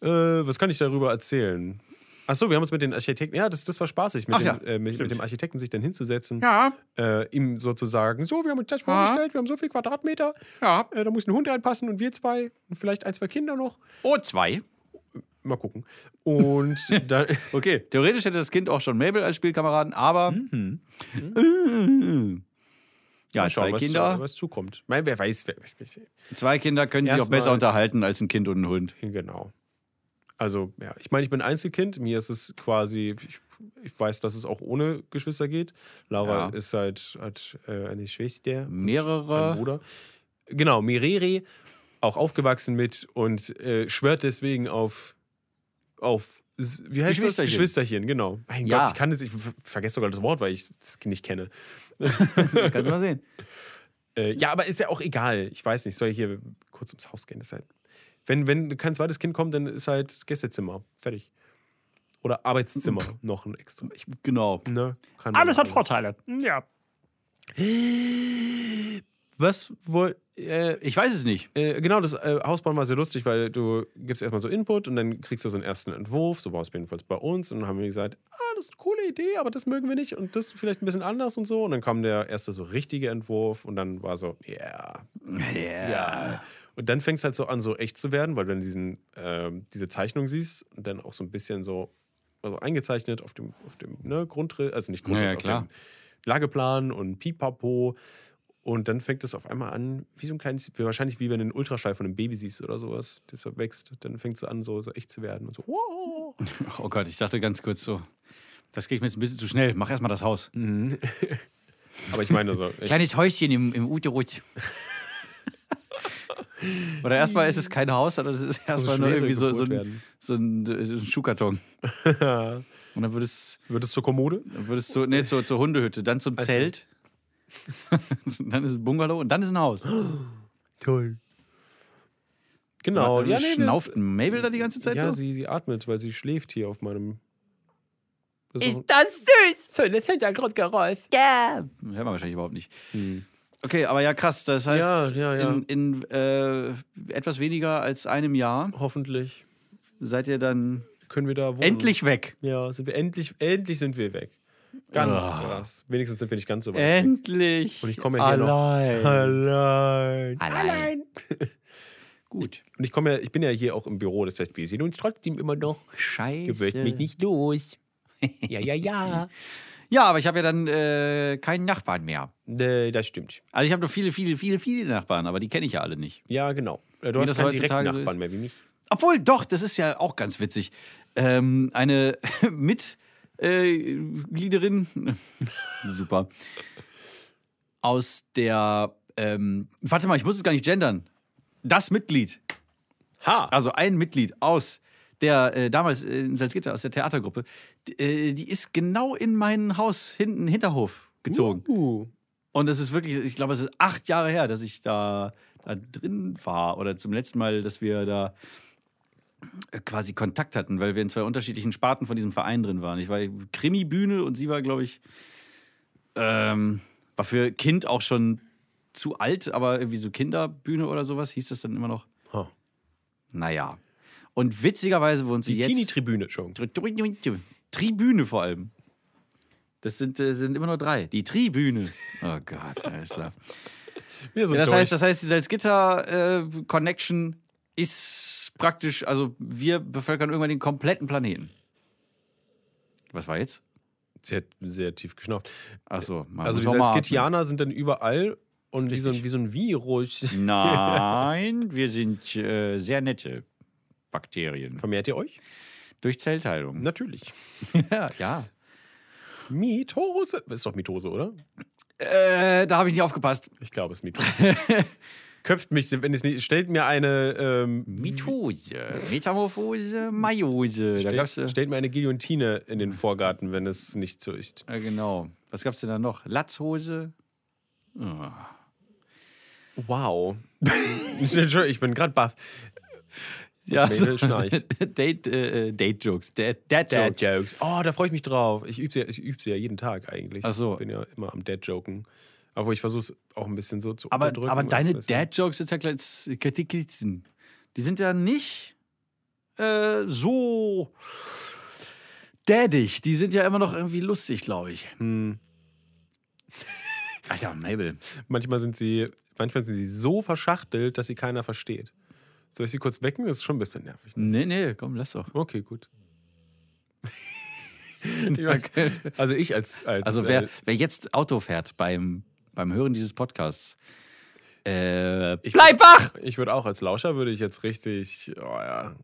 [SPEAKER 2] Äh, was kann ich darüber erzählen? Achso, wir haben uns mit den Architekten. Ja, das, das war spaßig, mit,
[SPEAKER 1] Ach
[SPEAKER 2] dem,
[SPEAKER 1] ja,
[SPEAKER 2] äh, mit, mit dem Architekten sich dann hinzusetzen.
[SPEAKER 1] Ja.
[SPEAKER 2] Äh, ihm sozusagen, so, wir haben uns das vorgestellt, wir haben so viel Quadratmeter.
[SPEAKER 1] Ja.
[SPEAKER 2] Äh, da muss ein Hund reinpassen und wir zwei und vielleicht ein, zwei Kinder noch.
[SPEAKER 1] O2.
[SPEAKER 2] Mal gucken. Und dann.
[SPEAKER 1] Okay, theoretisch hätte das Kind auch schon Mabel als Spielkameraden, aber. Ja,
[SPEAKER 2] Mhm. Mal schauen,
[SPEAKER 1] zwei
[SPEAKER 2] was,
[SPEAKER 1] Kinder,
[SPEAKER 2] was zukommt. Mein, wer weiß, wer,
[SPEAKER 1] zwei Kinder können sich auch
[SPEAKER 2] Erstmal-
[SPEAKER 1] besser unterhalten als ein Kind und ein Hund.
[SPEAKER 2] Genau. Also, ja, ich meine, ich bin Einzelkind. Mir ist es quasi, ich, ich weiß, dass es auch ohne Geschwister geht. Laura
[SPEAKER 1] Ja.
[SPEAKER 2] ist halt, hat äh, eine Schwester. und
[SPEAKER 1] Mehrere-
[SPEAKER 2] einen Bruder. Genau, Mireri, auch aufgewachsen mit und äh, schwört deswegen auf, auf, s- wie heißt das?
[SPEAKER 1] Geschwisterchen.
[SPEAKER 2] Geschwisterchen, genau. Mein
[SPEAKER 1] Ja.
[SPEAKER 2] Gott, ich kann das, ich ver- vergesse sogar das Wort, weil ich das nicht kenne.
[SPEAKER 1] Kannst du mal sehen.
[SPEAKER 2] Äh, ja, aber ist ja auch egal. Ich weiß nicht, soll ich hier kurz ums Haus gehen? Das ist halt, wenn, wenn kein zweites Kind kommt, dann ist halt Gästezimmer. Fertig. Oder Arbeitszimmer noch ein extra. Ich,
[SPEAKER 1] Genau.
[SPEAKER 2] ne, kann man
[SPEAKER 5] Alles hat
[SPEAKER 2] alles.
[SPEAKER 5] Vorteile. Ja.
[SPEAKER 2] Was wohl. Äh,
[SPEAKER 1] Ich weiß es nicht.
[SPEAKER 2] äh, genau, das äh, Hausbauen war sehr lustig, weil du gibst erstmal so Input und dann kriegst du so einen ersten Entwurf. So war es jedenfalls bei uns. Und dann haben wir gesagt, ah, das ist eine coole Idee, aber das mögen wir nicht und das vielleicht ein bisschen anders und so. Und dann kam der erste so richtige Entwurf und dann war so, ja, yeah, Ja. Und dann fängt es halt so an, so echt zu werden, weil du dann diesen, ähm, diese Zeichnung siehst und dann auch so ein bisschen so also eingezeichnet auf dem, auf dem ne, Grundriss, also nicht Grundriss,
[SPEAKER 1] Naja, klar.
[SPEAKER 2] auf dem Lageplan und Pipapo. Und dann fängt es auf einmal an, wie so ein kleines, wie- wahrscheinlich wie wenn du einen Ultraschall von einem Baby siehst oder sowas, das so wächst, dann fängt es an, so, so echt zu werden und so, wow.
[SPEAKER 1] Oh Gott, ich dachte ganz kurz so. Das kriege ich mir jetzt ein bisschen zu schnell. Mach erstmal das Haus.
[SPEAKER 2] Mhm. Aber ich meine so, echt,
[SPEAKER 1] Kleines Häuschen im, im Uterus. Oder erstmal ist es kein Haus, sondern es ist erstmal nur
[SPEAKER 2] schwere
[SPEAKER 1] irgendwie so, so,
[SPEAKER 2] Geburt
[SPEAKER 1] ein,
[SPEAKER 2] werden.
[SPEAKER 1] so, ein, äh, so ein Schuhkarton. Und dann wird es,
[SPEAKER 2] wird es zur Kommode?
[SPEAKER 1] dann wird es zu, nee, zur, zur Hundehütte, dann zum Zelt. dann ist ein Bungalow und dann ist ein Haus.
[SPEAKER 2] Oh, Toll. Genau.
[SPEAKER 1] ja, nee,
[SPEAKER 2] das-
[SPEAKER 1] Schnauft Mabel da die ganze Zeit
[SPEAKER 2] Ja,
[SPEAKER 1] so?
[SPEAKER 2] sie, sie atmet, weil sie schläft hier auf meinem. also Das ist auch-
[SPEAKER 3] das süß?
[SPEAKER 2] Schönes Hintergrundgeräusch.
[SPEAKER 3] Ja.
[SPEAKER 1] Hört man wahrscheinlich überhaupt nicht. Okay, aber ja, krass. Das heißt,
[SPEAKER 2] Ja, Hm. ja, ja.
[SPEAKER 1] in, in äh, etwas weniger als einem Jahr
[SPEAKER 2] Hoffentlich
[SPEAKER 1] seid ihr dann
[SPEAKER 2] können wir da wohnen.
[SPEAKER 1] endlich weg.
[SPEAKER 2] Ja, sind wir endlich, endlich sind wir weg. Ganz
[SPEAKER 1] Ah.
[SPEAKER 2] krass. Wenigstens sind wir nicht ganz so weit.
[SPEAKER 1] Endlich.
[SPEAKER 2] Und ich komme ja hier noch.
[SPEAKER 1] allein.
[SPEAKER 2] Allein.
[SPEAKER 1] Allein. Gut.
[SPEAKER 2] Und ich komme ja, ich bin ja hier auch im Büro, das heißt, wir sehen uns trotzdem immer noch. Ihr
[SPEAKER 1] Scheiße.
[SPEAKER 2] werdet mich nicht los. Ja, ja, ja.
[SPEAKER 1] Ja, aber ich habe ja dann äh, keinen Nachbarn mehr.
[SPEAKER 2] äh, das stimmt.
[SPEAKER 1] Also ich habe noch viele, viele, viele, viele Nachbarn, aber die kenne ich ja alle nicht.
[SPEAKER 2] Ja, genau. Äh, Du
[SPEAKER 1] Wie
[SPEAKER 2] hast
[SPEAKER 1] das
[SPEAKER 2] keinen direkten
[SPEAKER 1] heutzutage so
[SPEAKER 2] Nachbarn
[SPEAKER 1] ist.
[SPEAKER 2] mehr wie mich.
[SPEAKER 1] Obwohl, doch, das ist ja auch ganz witzig. Ähm, eine Mitgliederin, super, aus der, ähm, warte mal, ich muss es gar nicht gendern. Das Mitglied,
[SPEAKER 2] Ha!
[SPEAKER 1] also ein Mitglied aus der, äh, damals in Salzgitter, aus der Theatergruppe, die, äh, die ist genau in mein Haus, hinten, Hinterhof gezogen.
[SPEAKER 2] Uh.
[SPEAKER 1] Und es ist wirklich, ich glaube, es ist acht Jahre her, dass ich da, da drin war oder zum letzten Mal, dass wir da äh, quasi Kontakt hatten, weil wir in zwei unterschiedlichen Sparten von diesem Verein drin waren. Ich war Krimi-Bühne und sie war, glaube ich, ähm, war für Kind auch schon zu alt, aber irgendwie so Kinderbühne oder sowas hieß das dann immer noch.
[SPEAKER 2] Huh.
[SPEAKER 1] Naja. Und witzigerweise wohnt sie
[SPEAKER 2] Die
[SPEAKER 1] jetzt.
[SPEAKER 2] Teenie-Tribüne, Entschuldigung.
[SPEAKER 1] Tribüne vor allem. Das sind, äh, sind immer nur drei. Die Tribüne. Oh Gott, alles klar.
[SPEAKER 2] Wir sind
[SPEAKER 1] Ja, das,
[SPEAKER 2] durch.
[SPEAKER 1] heißt, das heißt, die Salzgitter-Connection ist praktisch, also wir bevölkern irgendwann den kompletten Planeten. Was war jetzt?
[SPEAKER 2] Sie hat sehr tief geschnauft.
[SPEAKER 1] Achso, man
[SPEAKER 2] Also
[SPEAKER 1] muss
[SPEAKER 2] die
[SPEAKER 1] auch mal atmen.
[SPEAKER 2] Salzgittianer sind dann überall und wie so, ein, wie so ein Virus.
[SPEAKER 1] Nein, wir sind äh, sehr nette Bakterien.
[SPEAKER 2] Vermehrt ihr euch?
[SPEAKER 1] Durch Zellteilung.
[SPEAKER 2] Natürlich.
[SPEAKER 1] Ja. ja.
[SPEAKER 2] Mitose. Ist doch Mitose, oder?
[SPEAKER 1] Äh, da habe ich nicht aufgepasst.
[SPEAKER 2] Ich glaube, es ist Mitose. Köpft mich, wenn es nicht. Stellt mir eine. Ähm,
[SPEAKER 1] Mitose, Metamorphose, Meiose. Da gab's,
[SPEAKER 2] stellt,
[SPEAKER 1] äh,
[SPEAKER 2] stellt mir eine Guillotine in den Vorgarten, wenn es nicht so ist.
[SPEAKER 1] äh, genau. Was gab's denn da noch? Latzhose.
[SPEAKER 2] Wow. Entschuldigung, ich bin gerade baff.
[SPEAKER 1] Ja,
[SPEAKER 2] Mädel schnarcht.
[SPEAKER 1] Date, äh, äh, Date Jokes. Dad, Dad, Jokes.
[SPEAKER 2] Dad Jokes. Oh, da freue ich mich drauf. Ich übe sie, ich üb sie ja jeden Tag eigentlich.
[SPEAKER 1] Ach so.
[SPEAKER 2] Ich bin ja immer am Dad Joken. Obwohl ich versuche es auch ein bisschen so zu
[SPEAKER 1] Aber,
[SPEAKER 2] unterdrücken.
[SPEAKER 1] aber
[SPEAKER 2] weißt
[SPEAKER 1] deine
[SPEAKER 2] du, weißt du.
[SPEAKER 1] Dad-Jokes sind ja gleich Kritikitzen. Die sind ja nicht äh, so daddig. Die sind ja immer noch irgendwie lustig, glaube ich.
[SPEAKER 2] Hm.
[SPEAKER 1] Alter, Mabel.
[SPEAKER 2] Manchmal sind sie, manchmal sind sie so verschachtelt, dass sie keiner versteht. Soll ich sie kurz wecken? Das ist schon ein bisschen nervig.
[SPEAKER 1] Nee,
[SPEAKER 2] ne?
[SPEAKER 1] nee, komm, lass doch.
[SPEAKER 2] Okay, gut. Ich mein, also ich als, als
[SPEAKER 1] Also wer,
[SPEAKER 2] äh,
[SPEAKER 1] wer jetzt Auto fährt beim, beim Hören dieses Podcasts, äh,
[SPEAKER 2] Ich-
[SPEAKER 1] bleib wach!
[SPEAKER 2] ich würde auch als Lauscher würde ich jetzt richtig, oh ja,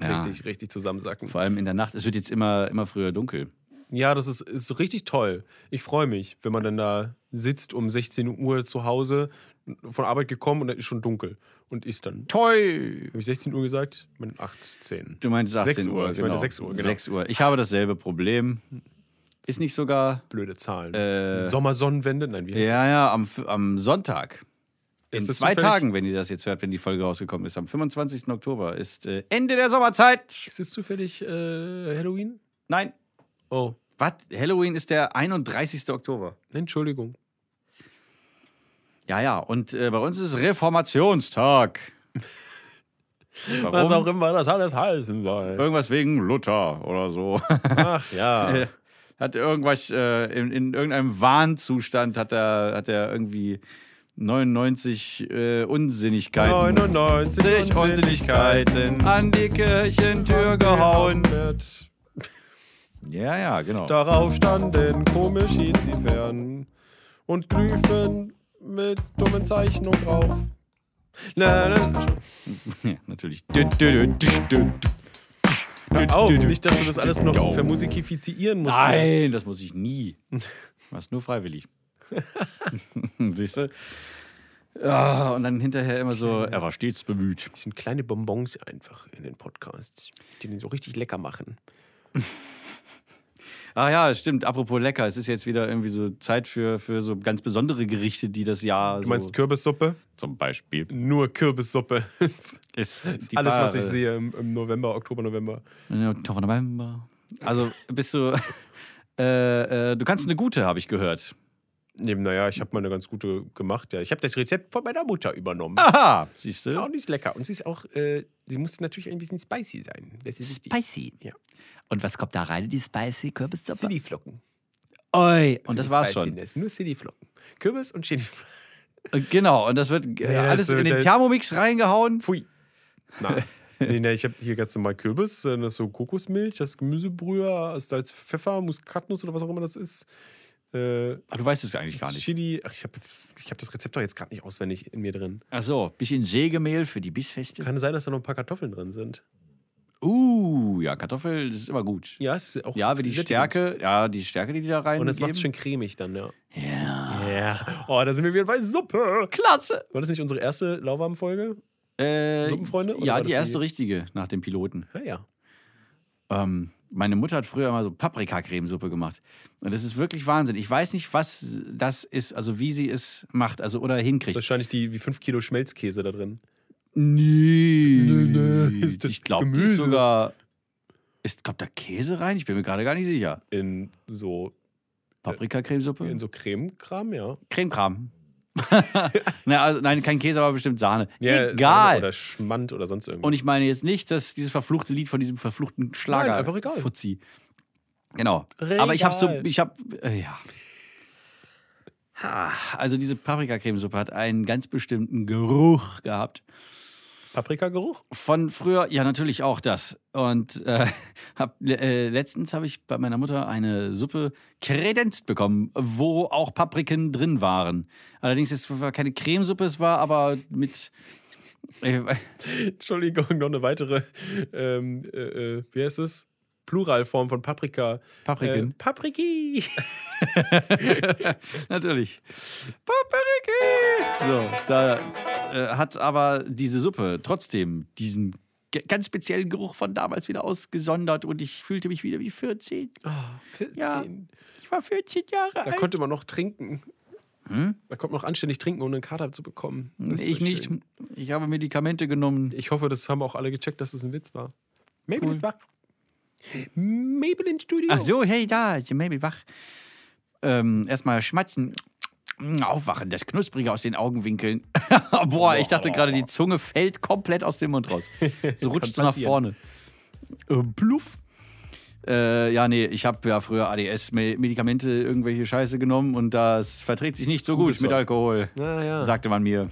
[SPEAKER 1] Ja,
[SPEAKER 2] richtig, richtig zusammensacken.
[SPEAKER 1] Vor allem in der Nacht. Es wird jetzt immer, immer früher dunkel.
[SPEAKER 2] Ja, das ist, ist richtig toll. Ich freue mich, wenn man dann da sitzt um 16 Uhr zu Hause, von Arbeit gekommen und dann ist schon dunkel. Und ist dann,
[SPEAKER 1] Toll!
[SPEAKER 2] habe ich 16 Uhr gesagt? Ich meine 8, 10.
[SPEAKER 1] Du meintest 18
[SPEAKER 2] Sechs
[SPEAKER 1] Uhr,
[SPEAKER 2] Uhr, ich
[SPEAKER 1] genau.
[SPEAKER 2] meinte sechs Uhr, genau.
[SPEAKER 1] 6 Uhr. Ich habe dasselbe Problem. Ist nicht sogar.
[SPEAKER 2] Blöde Zahlen.
[SPEAKER 1] Äh,
[SPEAKER 2] Sommersonnenwende? Nein, wie heißt
[SPEAKER 1] Ja, ja, am, F- am Sonntag.
[SPEAKER 2] das?
[SPEAKER 1] In
[SPEAKER 2] Ist das
[SPEAKER 1] zwei
[SPEAKER 2] zufällig-
[SPEAKER 1] Tagen, wenn ihr das jetzt hört, wenn die Folge rausgekommen ist. Am 25. Oktober ist äh, Ende der Sommerzeit.
[SPEAKER 2] Ist es zufällig äh, Halloween?
[SPEAKER 1] Nein.
[SPEAKER 2] Oh,
[SPEAKER 1] Was? Halloween ist der 31. Oktober.
[SPEAKER 2] Entschuldigung.
[SPEAKER 1] Ja, ja. Und äh, bei uns ist Reformationstag. Warum?
[SPEAKER 2] Was auch immer das alles heißen soll.
[SPEAKER 1] Irgendwas wegen Luther oder so.
[SPEAKER 2] Ach ja.
[SPEAKER 1] Äh, hat irgendwas äh, in, in irgendeinem Wahnzustand hat er hat er irgendwie 99 äh, Unsinnigkeiten.
[SPEAKER 2] 99
[SPEAKER 1] 99 Unsinnigkeiten an die Kirchentür gehauen. Ja, ja, genau.
[SPEAKER 2] Darauf standen komisch Hezifern und Glyphen mit dummen Zeichnungen drauf. Na, na,
[SPEAKER 1] Ja, natürlich. Dü, dü, dü, dü, dü.
[SPEAKER 2] hör auf, nicht, dass du das alles noch vermusikifizieren musst.
[SPEAKER 1] Nein, das muss ich nie. Was nur freiwillig. Siehst du? Ah, und dann hinterher immer so, er war stets bemüht.
[SPEAKER 2] Das sind kleine Bonbons einfach in den Podcasts, die den so richtig lecker machen.
[SPEAKER 1] Ah ja, stimmt. Apropos lecker, es ist jetzt wieder irgendwie so Zeit für, für so ganz besondere Gerichte, die das Jahr so
[SPEAKER 2] Du meinst Kürbissuppe?
[SPEAKER 1] zum Beispiel
[SPEAKER 2] Nur Kürbissuppe. ist
[SPEAKER 1] ist, die
[SPEAKER 2] alles, was
[SPEAKER 1] wahre-
[SPEAKER 2] ich sehe im, im November, Oktober, November.
[SPEAKER 1] Oktober, November. Also bist du. Äh, äh, du kannst eine gute, habe ich gehört.
[SPEAKER 2] Nee, naja, ich habe mal eine ganz gute gemacht. Ja. Ich habe das Rezept von meiner Mutter übernommen.
[SPEAKER 1] Aha, siehst
[SPEAKER 2] Auch
[SPEAKER 1] du?
[SPEAKER 2] nicht lecker. Und sie ist auch, äh, sie muss natürlich ein bisschen spicy sein. Das ist
[SPEAKER 3] Spicy.
[SPEAKER 2] Ja.
[SPEAKER 3] Und was kommt da rein in die spicy Kürbissuppe?
[SPEAKER 2] Chiliflocken.
[SPEAKER 1] Oi. Und das war's
[SPEAKER 2] Spicy
[SPEAKER 1] schon.
[SPEAKER 2] Ness, Nur Cityflocken. Kürbis und Chiliflocken.
[SPEAKER 1] Äh, Genau, und das wird äh,
[SPEAKER 2] Ja, das
[SPEAKER 1] alles
[SPEAKER 2] ist, äh,
[SPEAKER 1] in den
[SPEAKER 2] der-
[SPEAKER 1] Thermomix reingehauen.
[SPEAKER 2] Pfui. Nein. nee, nee, ich habe hier ganz normal Kürbis, äh, das ist so Kokosmilch, das ist Gemüsebrühe, Salz, Pfeffer, Muskatnuss oder was auch immer das ist. Äh,
[SPEAKER 1] Aber Ah, du weißt es eigentlich gar nicht.
[SPEAKER 2] Chili. Ach, ich habe hab das Rezept doch jetzt gerade nicht auswendig in mir drin.
[SPEAKER 1] Ach so, bisschen Sägemehl für die Bissfeste.
[SPEAKER 2] Kann sein, dass da noch ein paar Kartoffeln drin sind.
[SPEAKER 1] Uh, ja, Kartoffel, das ist immer gut.
[SPEAKER 2] Ja, es ist auch
[SPEAKER 1] Ja, für die Stärke, ja, die Stärke, die die da rein.
[SPEAKER 2] Und das macht es
[SPEAKER 1] geben.
[SPEAKER 2] schön cremig dann, ja. Ja. Oh, da sind wir wieder bei Suppe.
[SPEAKER 1] klasse.
[SPEAKER 2] War das nicht unsere erste Lauwarm-Folge?
[SPEAKER 1] Äh,
[SPEAKER 2] Suppenfreunde? Oder
[SPEAKER 1] Ja,
[SPEAKER 2] war
[SPEAKER 1] die
[SPEAKER 2] das
[SPEAKER 1] erste richtige nach dem Piloten.
[SPEAKER 2] Ja, ja.
[SPEAKER 1] Ähm, meine Mutter hat früher mal so Paprikacremesuppe gemacht. Und das ist wirklich Wahnsinn. Ich weiß nicht, was das ist, also wie sie es macht, also oder hinkriegt.
[SPEAKER 2] Wahrscheinlich die wie 5 Kilo Schmelzkäse da drin.
[SPEAKER 1] Nee.
[SPEAKER 2] nee, ist das
[SPEAKER 1] ich glaube, die
[SPEAKER 2] Gemüse?
[SPEAKER 1] ist sogar. Ist, kommt da Käse rein? Ich bin mir gerade gar nicht sicher.
[SPEAKER 2] In so, in
[SPEAKER 1] Paprikacremesuppe?
[SPEAKER 2] so Cremekram, ja.
[SPEAKER 1] Cremekram. Na, also, nein, kein Käse, aber bestimmt Sahne.
[SPEAKER 2] ja
[SPEAKER 1] Egal.
[SPEAKER 2] Oder Schmand oder sonst irgendwas.
[SPEAKER 1] Und ich meine jetzt nicht, dass dieses verfluchte Lied von diesem verfluchten Schlager.
[SPEAKER 2] Nein, einfach egal.
[SPEAKER 1] Fuzzi. Genau. Aber ich habe so,
[SPEAKER 2] Regal.
[SPEAKER 1] ich habe, äh, ja. Ah, Also diese Paprikacremesuppe hat einen ganz bestimmten Geruch gehabt.
[SPEAKER 2] Paprikageruch?
[SPEAKER 1] Von früher, ja natürlich auch das. Und äh, hab, äh, letztens habe ich bei meiner Mutter eine Suppe kredenzt bekommen, wo auch Papriken drin waren. Allerdings es war keine Cremesuppe, es war aber mit äh,
[SPEAKER 2] Entschuldigung, noch eine weitere, ähm, äh, äh, wie heißt es? Pluralform von Paprika.
[SPEAKER 1] Papriken.
[SPEAKER 2] Äh, Papriki.
[SPEAKER 1] Natürlich. Papriki! So, da äh, hat aber diese Suppe trotzdem diesen ge- ganz speziellen Geruch von damals wieder ausgesondert und ich fühlte mich wieder wie 14.
[SPEAKER 2] Ah, 14.
[SPEAKER 1] Ja. Ich war 14 Jahre
[SPEAKER 2] Da
[SPEAKER 1] alt.
[SPEAKER 2] konnte man noch trinken. Da konnte man noch anständig trinken, ohne einen Kater zu bekommen. Das ist
[SPEAKER 1] Hm? Ich
[SPEAKER 2] so
[SPEAKER 1] nicht.
[SPEAKER 2] schön.
[SPEAKER 1] Ich habe Medikamente genommen.
[SPEAKER 2] Ich hoffe, das haben auch alle gecheckt, dass es das ein Witz war. Mabel ist wach. Mabel in Studio.
[SPEAKER 1] Ach so, hey, da, ist der Maybe wach. Ähm, Erstmal schmatzen. Aufwachen, das Knusprige aus den Augenwinkeln. Boah, ich dachte gerade, die Zunge fällt komplett aus dem Mund raus. So rutscht sie nach vorne.
[SPEAKER 2] passieren.
[SPEAKER 1] Äh, pluff. Äh, ja, nee, ich habe ja früher ADS-Medikamente, irgendwelche Scheiße genommen und das verträgt sich nicht so gut
[SPEAKER 2] Gutes
[SPEAKER 1] mit
[SPEAKER 2] Zeug.
[SPEAKER 1] Alkohol,
[SPEAKER 2] Ah, ja.
[SPEAKER 1] sagte man mir.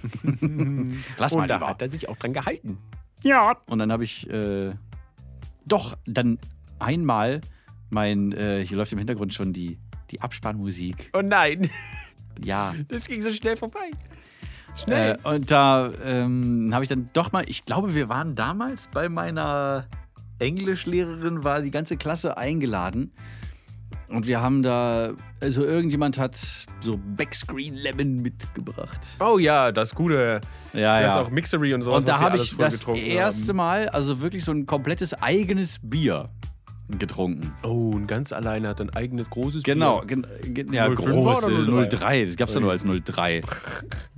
[SPEAKER 1] Lass mal
[SPEAKER 2] Und da
[SPEAKER 1] lieber.
[SPEAKER 2] hat er sich auch dran gehalten.
[SPEAKER 1] Und dann habe ich äh, doch dann einmal mein, äh, hier läuft im Hintergrund schon die, die Abspannmusik.
[SPEAKER 2] Oh nein,
[SPEAKER 1] Ja.
[SPEAKER 2] das ging so schnell vorbei.
[SPEAKER 1] Äh,
[SPEAKER 2] Schnell.
[SPEAKER 1] und da ähm, habe ich dann doch mal, ich glaube, wir waren damals bei meiner Englischlehrerin, war die ganze Klasse eingeladen. Und wir haben da, also irgendjemand hat so Backscreen Lemon mitgebracht.
[SPEAKER 2] Oh ja, das Gute.
[SPEAKER 1] Ja,
[SPEAKER 2] Das ist auch Mixery und sowas.
[SPEAKER 1] Und da
[SPEAKER 2] was die
[SPEAKER 1] habe
[SPEAKER 2] alles
[SPEAKER 1] ich
[SPEAKER 2] früher
[SPEAKER 1] das
[SPEAKER 2] getrunken
[SPEAKER 1] erste Mal, also wirklich so ein komplettes eigenes Bier getrunken.
[SPEAKER 2] Haben. Oh, und ganz alleine hat ein eigenes großes
[SPEAKER 1] Genau,
[SPEAKER 2] Bier.
[SPEAKER 1] gen, gen, ja,
[SPEAKER 2] 05
[SPEAKER 1] große
[SPEAKER 2] oder
[SPEAKER 1] 03?
[SPEAKER 2] 03?
[SPEAKER 1] das gab es ja nur als 03.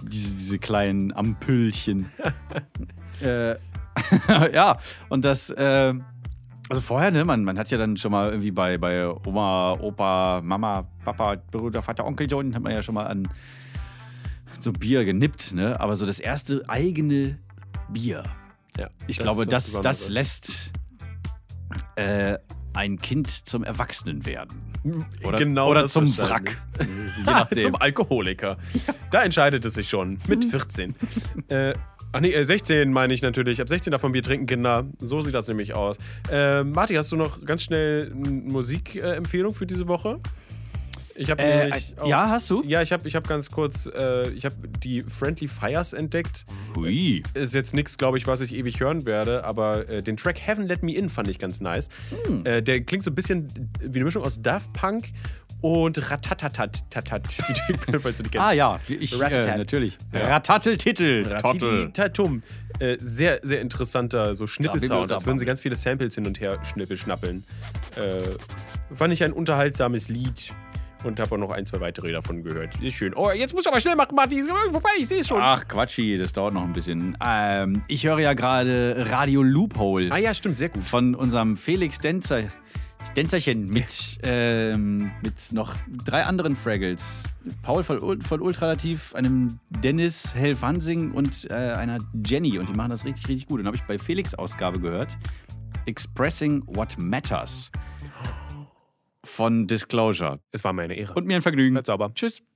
[SPEAKER 1] diese, diese kleinen Ampüllchen. äh, ja, und das, äh, also vorher, ne, man, man hat ja dann schon mal irgendwie bei, bei Oma, Opa, Mama, Papa, Bruder, Vater, Onkel, John, hat man ja schon mal an so Bier genippt, ne? Aber so das erste eigene Bier.
[SPEAKER 2] Ja,
[SPEAKER 1] Ich
[SPEAKER 2] das
[SPEAKER 1] glaube,
[SPEAKER 2] ist was
[SPEAKER 1] das, das
[SPEAKER 2] Besonderes.
[SPEAKER 1] lässt äh, ein Kind zum Erwachsenen werden. Oder,
[SPEAKER 2] Genau
[SPEAKER 1] oder
[SPEAKER 2] das
[SPEAKER 1] zum
[SPEAKER 2] wahrscheinlich.
[SPEAKER 1] Wrack. Je nachdem. Mhm.
[SPEAKER 2] Zum Alkoholiker. Da entscheidet es sich schon. Mit 14. äh, ach nee, äh, 16 meine ich natürlich. Ab 16 davon Bier trinken, Kinder. So sieht das nämlich aus. Äh, Marti, hast du noch ganz schnell eine Musikempfehlung für diese Woche? Ich habe
[SPEAKER 1] Äh,
[SPEAKER 2] nämlich. auch-
[SPEAKER 1] ja, hast du?
[SPEAKER 2] Ja, ich habe ich hab ganz kurz, äh, ich habe die Friendly Fires entdeckt.
[SPEAKER 1] Hui.
[SPEAKER 2] Ist jetzt nichts, glaube ich, was ich ewig hören werde, aber äh, den Track Heaven Let Me In fand ich ganz nice.
[SPEAKER 1] Hm.
[SPEAKER 2] Äh, der klingt so ein bisschen wie eine Mischung aus Daft Punk und Ratatatatat. Tatat, falls du die kennst.
[SPEAKER 1] Ah ja, ich, äh,
[SPEAKER 2] Ratatat.
[SPEAKER 1] natürlich. Ratatel-Titel. Tottel.
[SPEAKER 2] Tatum. Äh, sehr, sehr interessanter so
[SPEAKER 1] Ja,
[SPEAKER 2] Schnippelsound, als würden sie ganz viele Samples hin und her schnippelschnappeln. Äh, fand ich ein unterhaltsames Lied und habe auch noch ein, zwei weitere davon gehört. Ist schön. Oh, jetzt muss aber schnell machen, Martin. Vorbei, ich sehe schon.
[SPEAKER 1] Ach, Quatschi, das dauert noch ein bisschen. Ähm, ich höre ja gerade Radio Loophole.
[SPEAKER 2] Ah ja, stimmt, sehr gut.
[SPEAKER 1] von unserem Felix Denzer, Denzerchen mit, ähm, mit noch drei anderen Fraggles. Paul von, Ul- von Ultralativ, einem Dennis Helfansing und äh, einer Jenny. Und die machen das richtig, richtig gut. Und habe ich bei Felix Ausgabe gehört. Expressing What Matters. von Disclosure.
[SPEAKER 2] Es war meine Ehre.
[SPEAKER 1] Und mir ein Vergnügen.
[SPEAKER 2] Bleibt sauber.
[SPEAKER 1] Tschüss.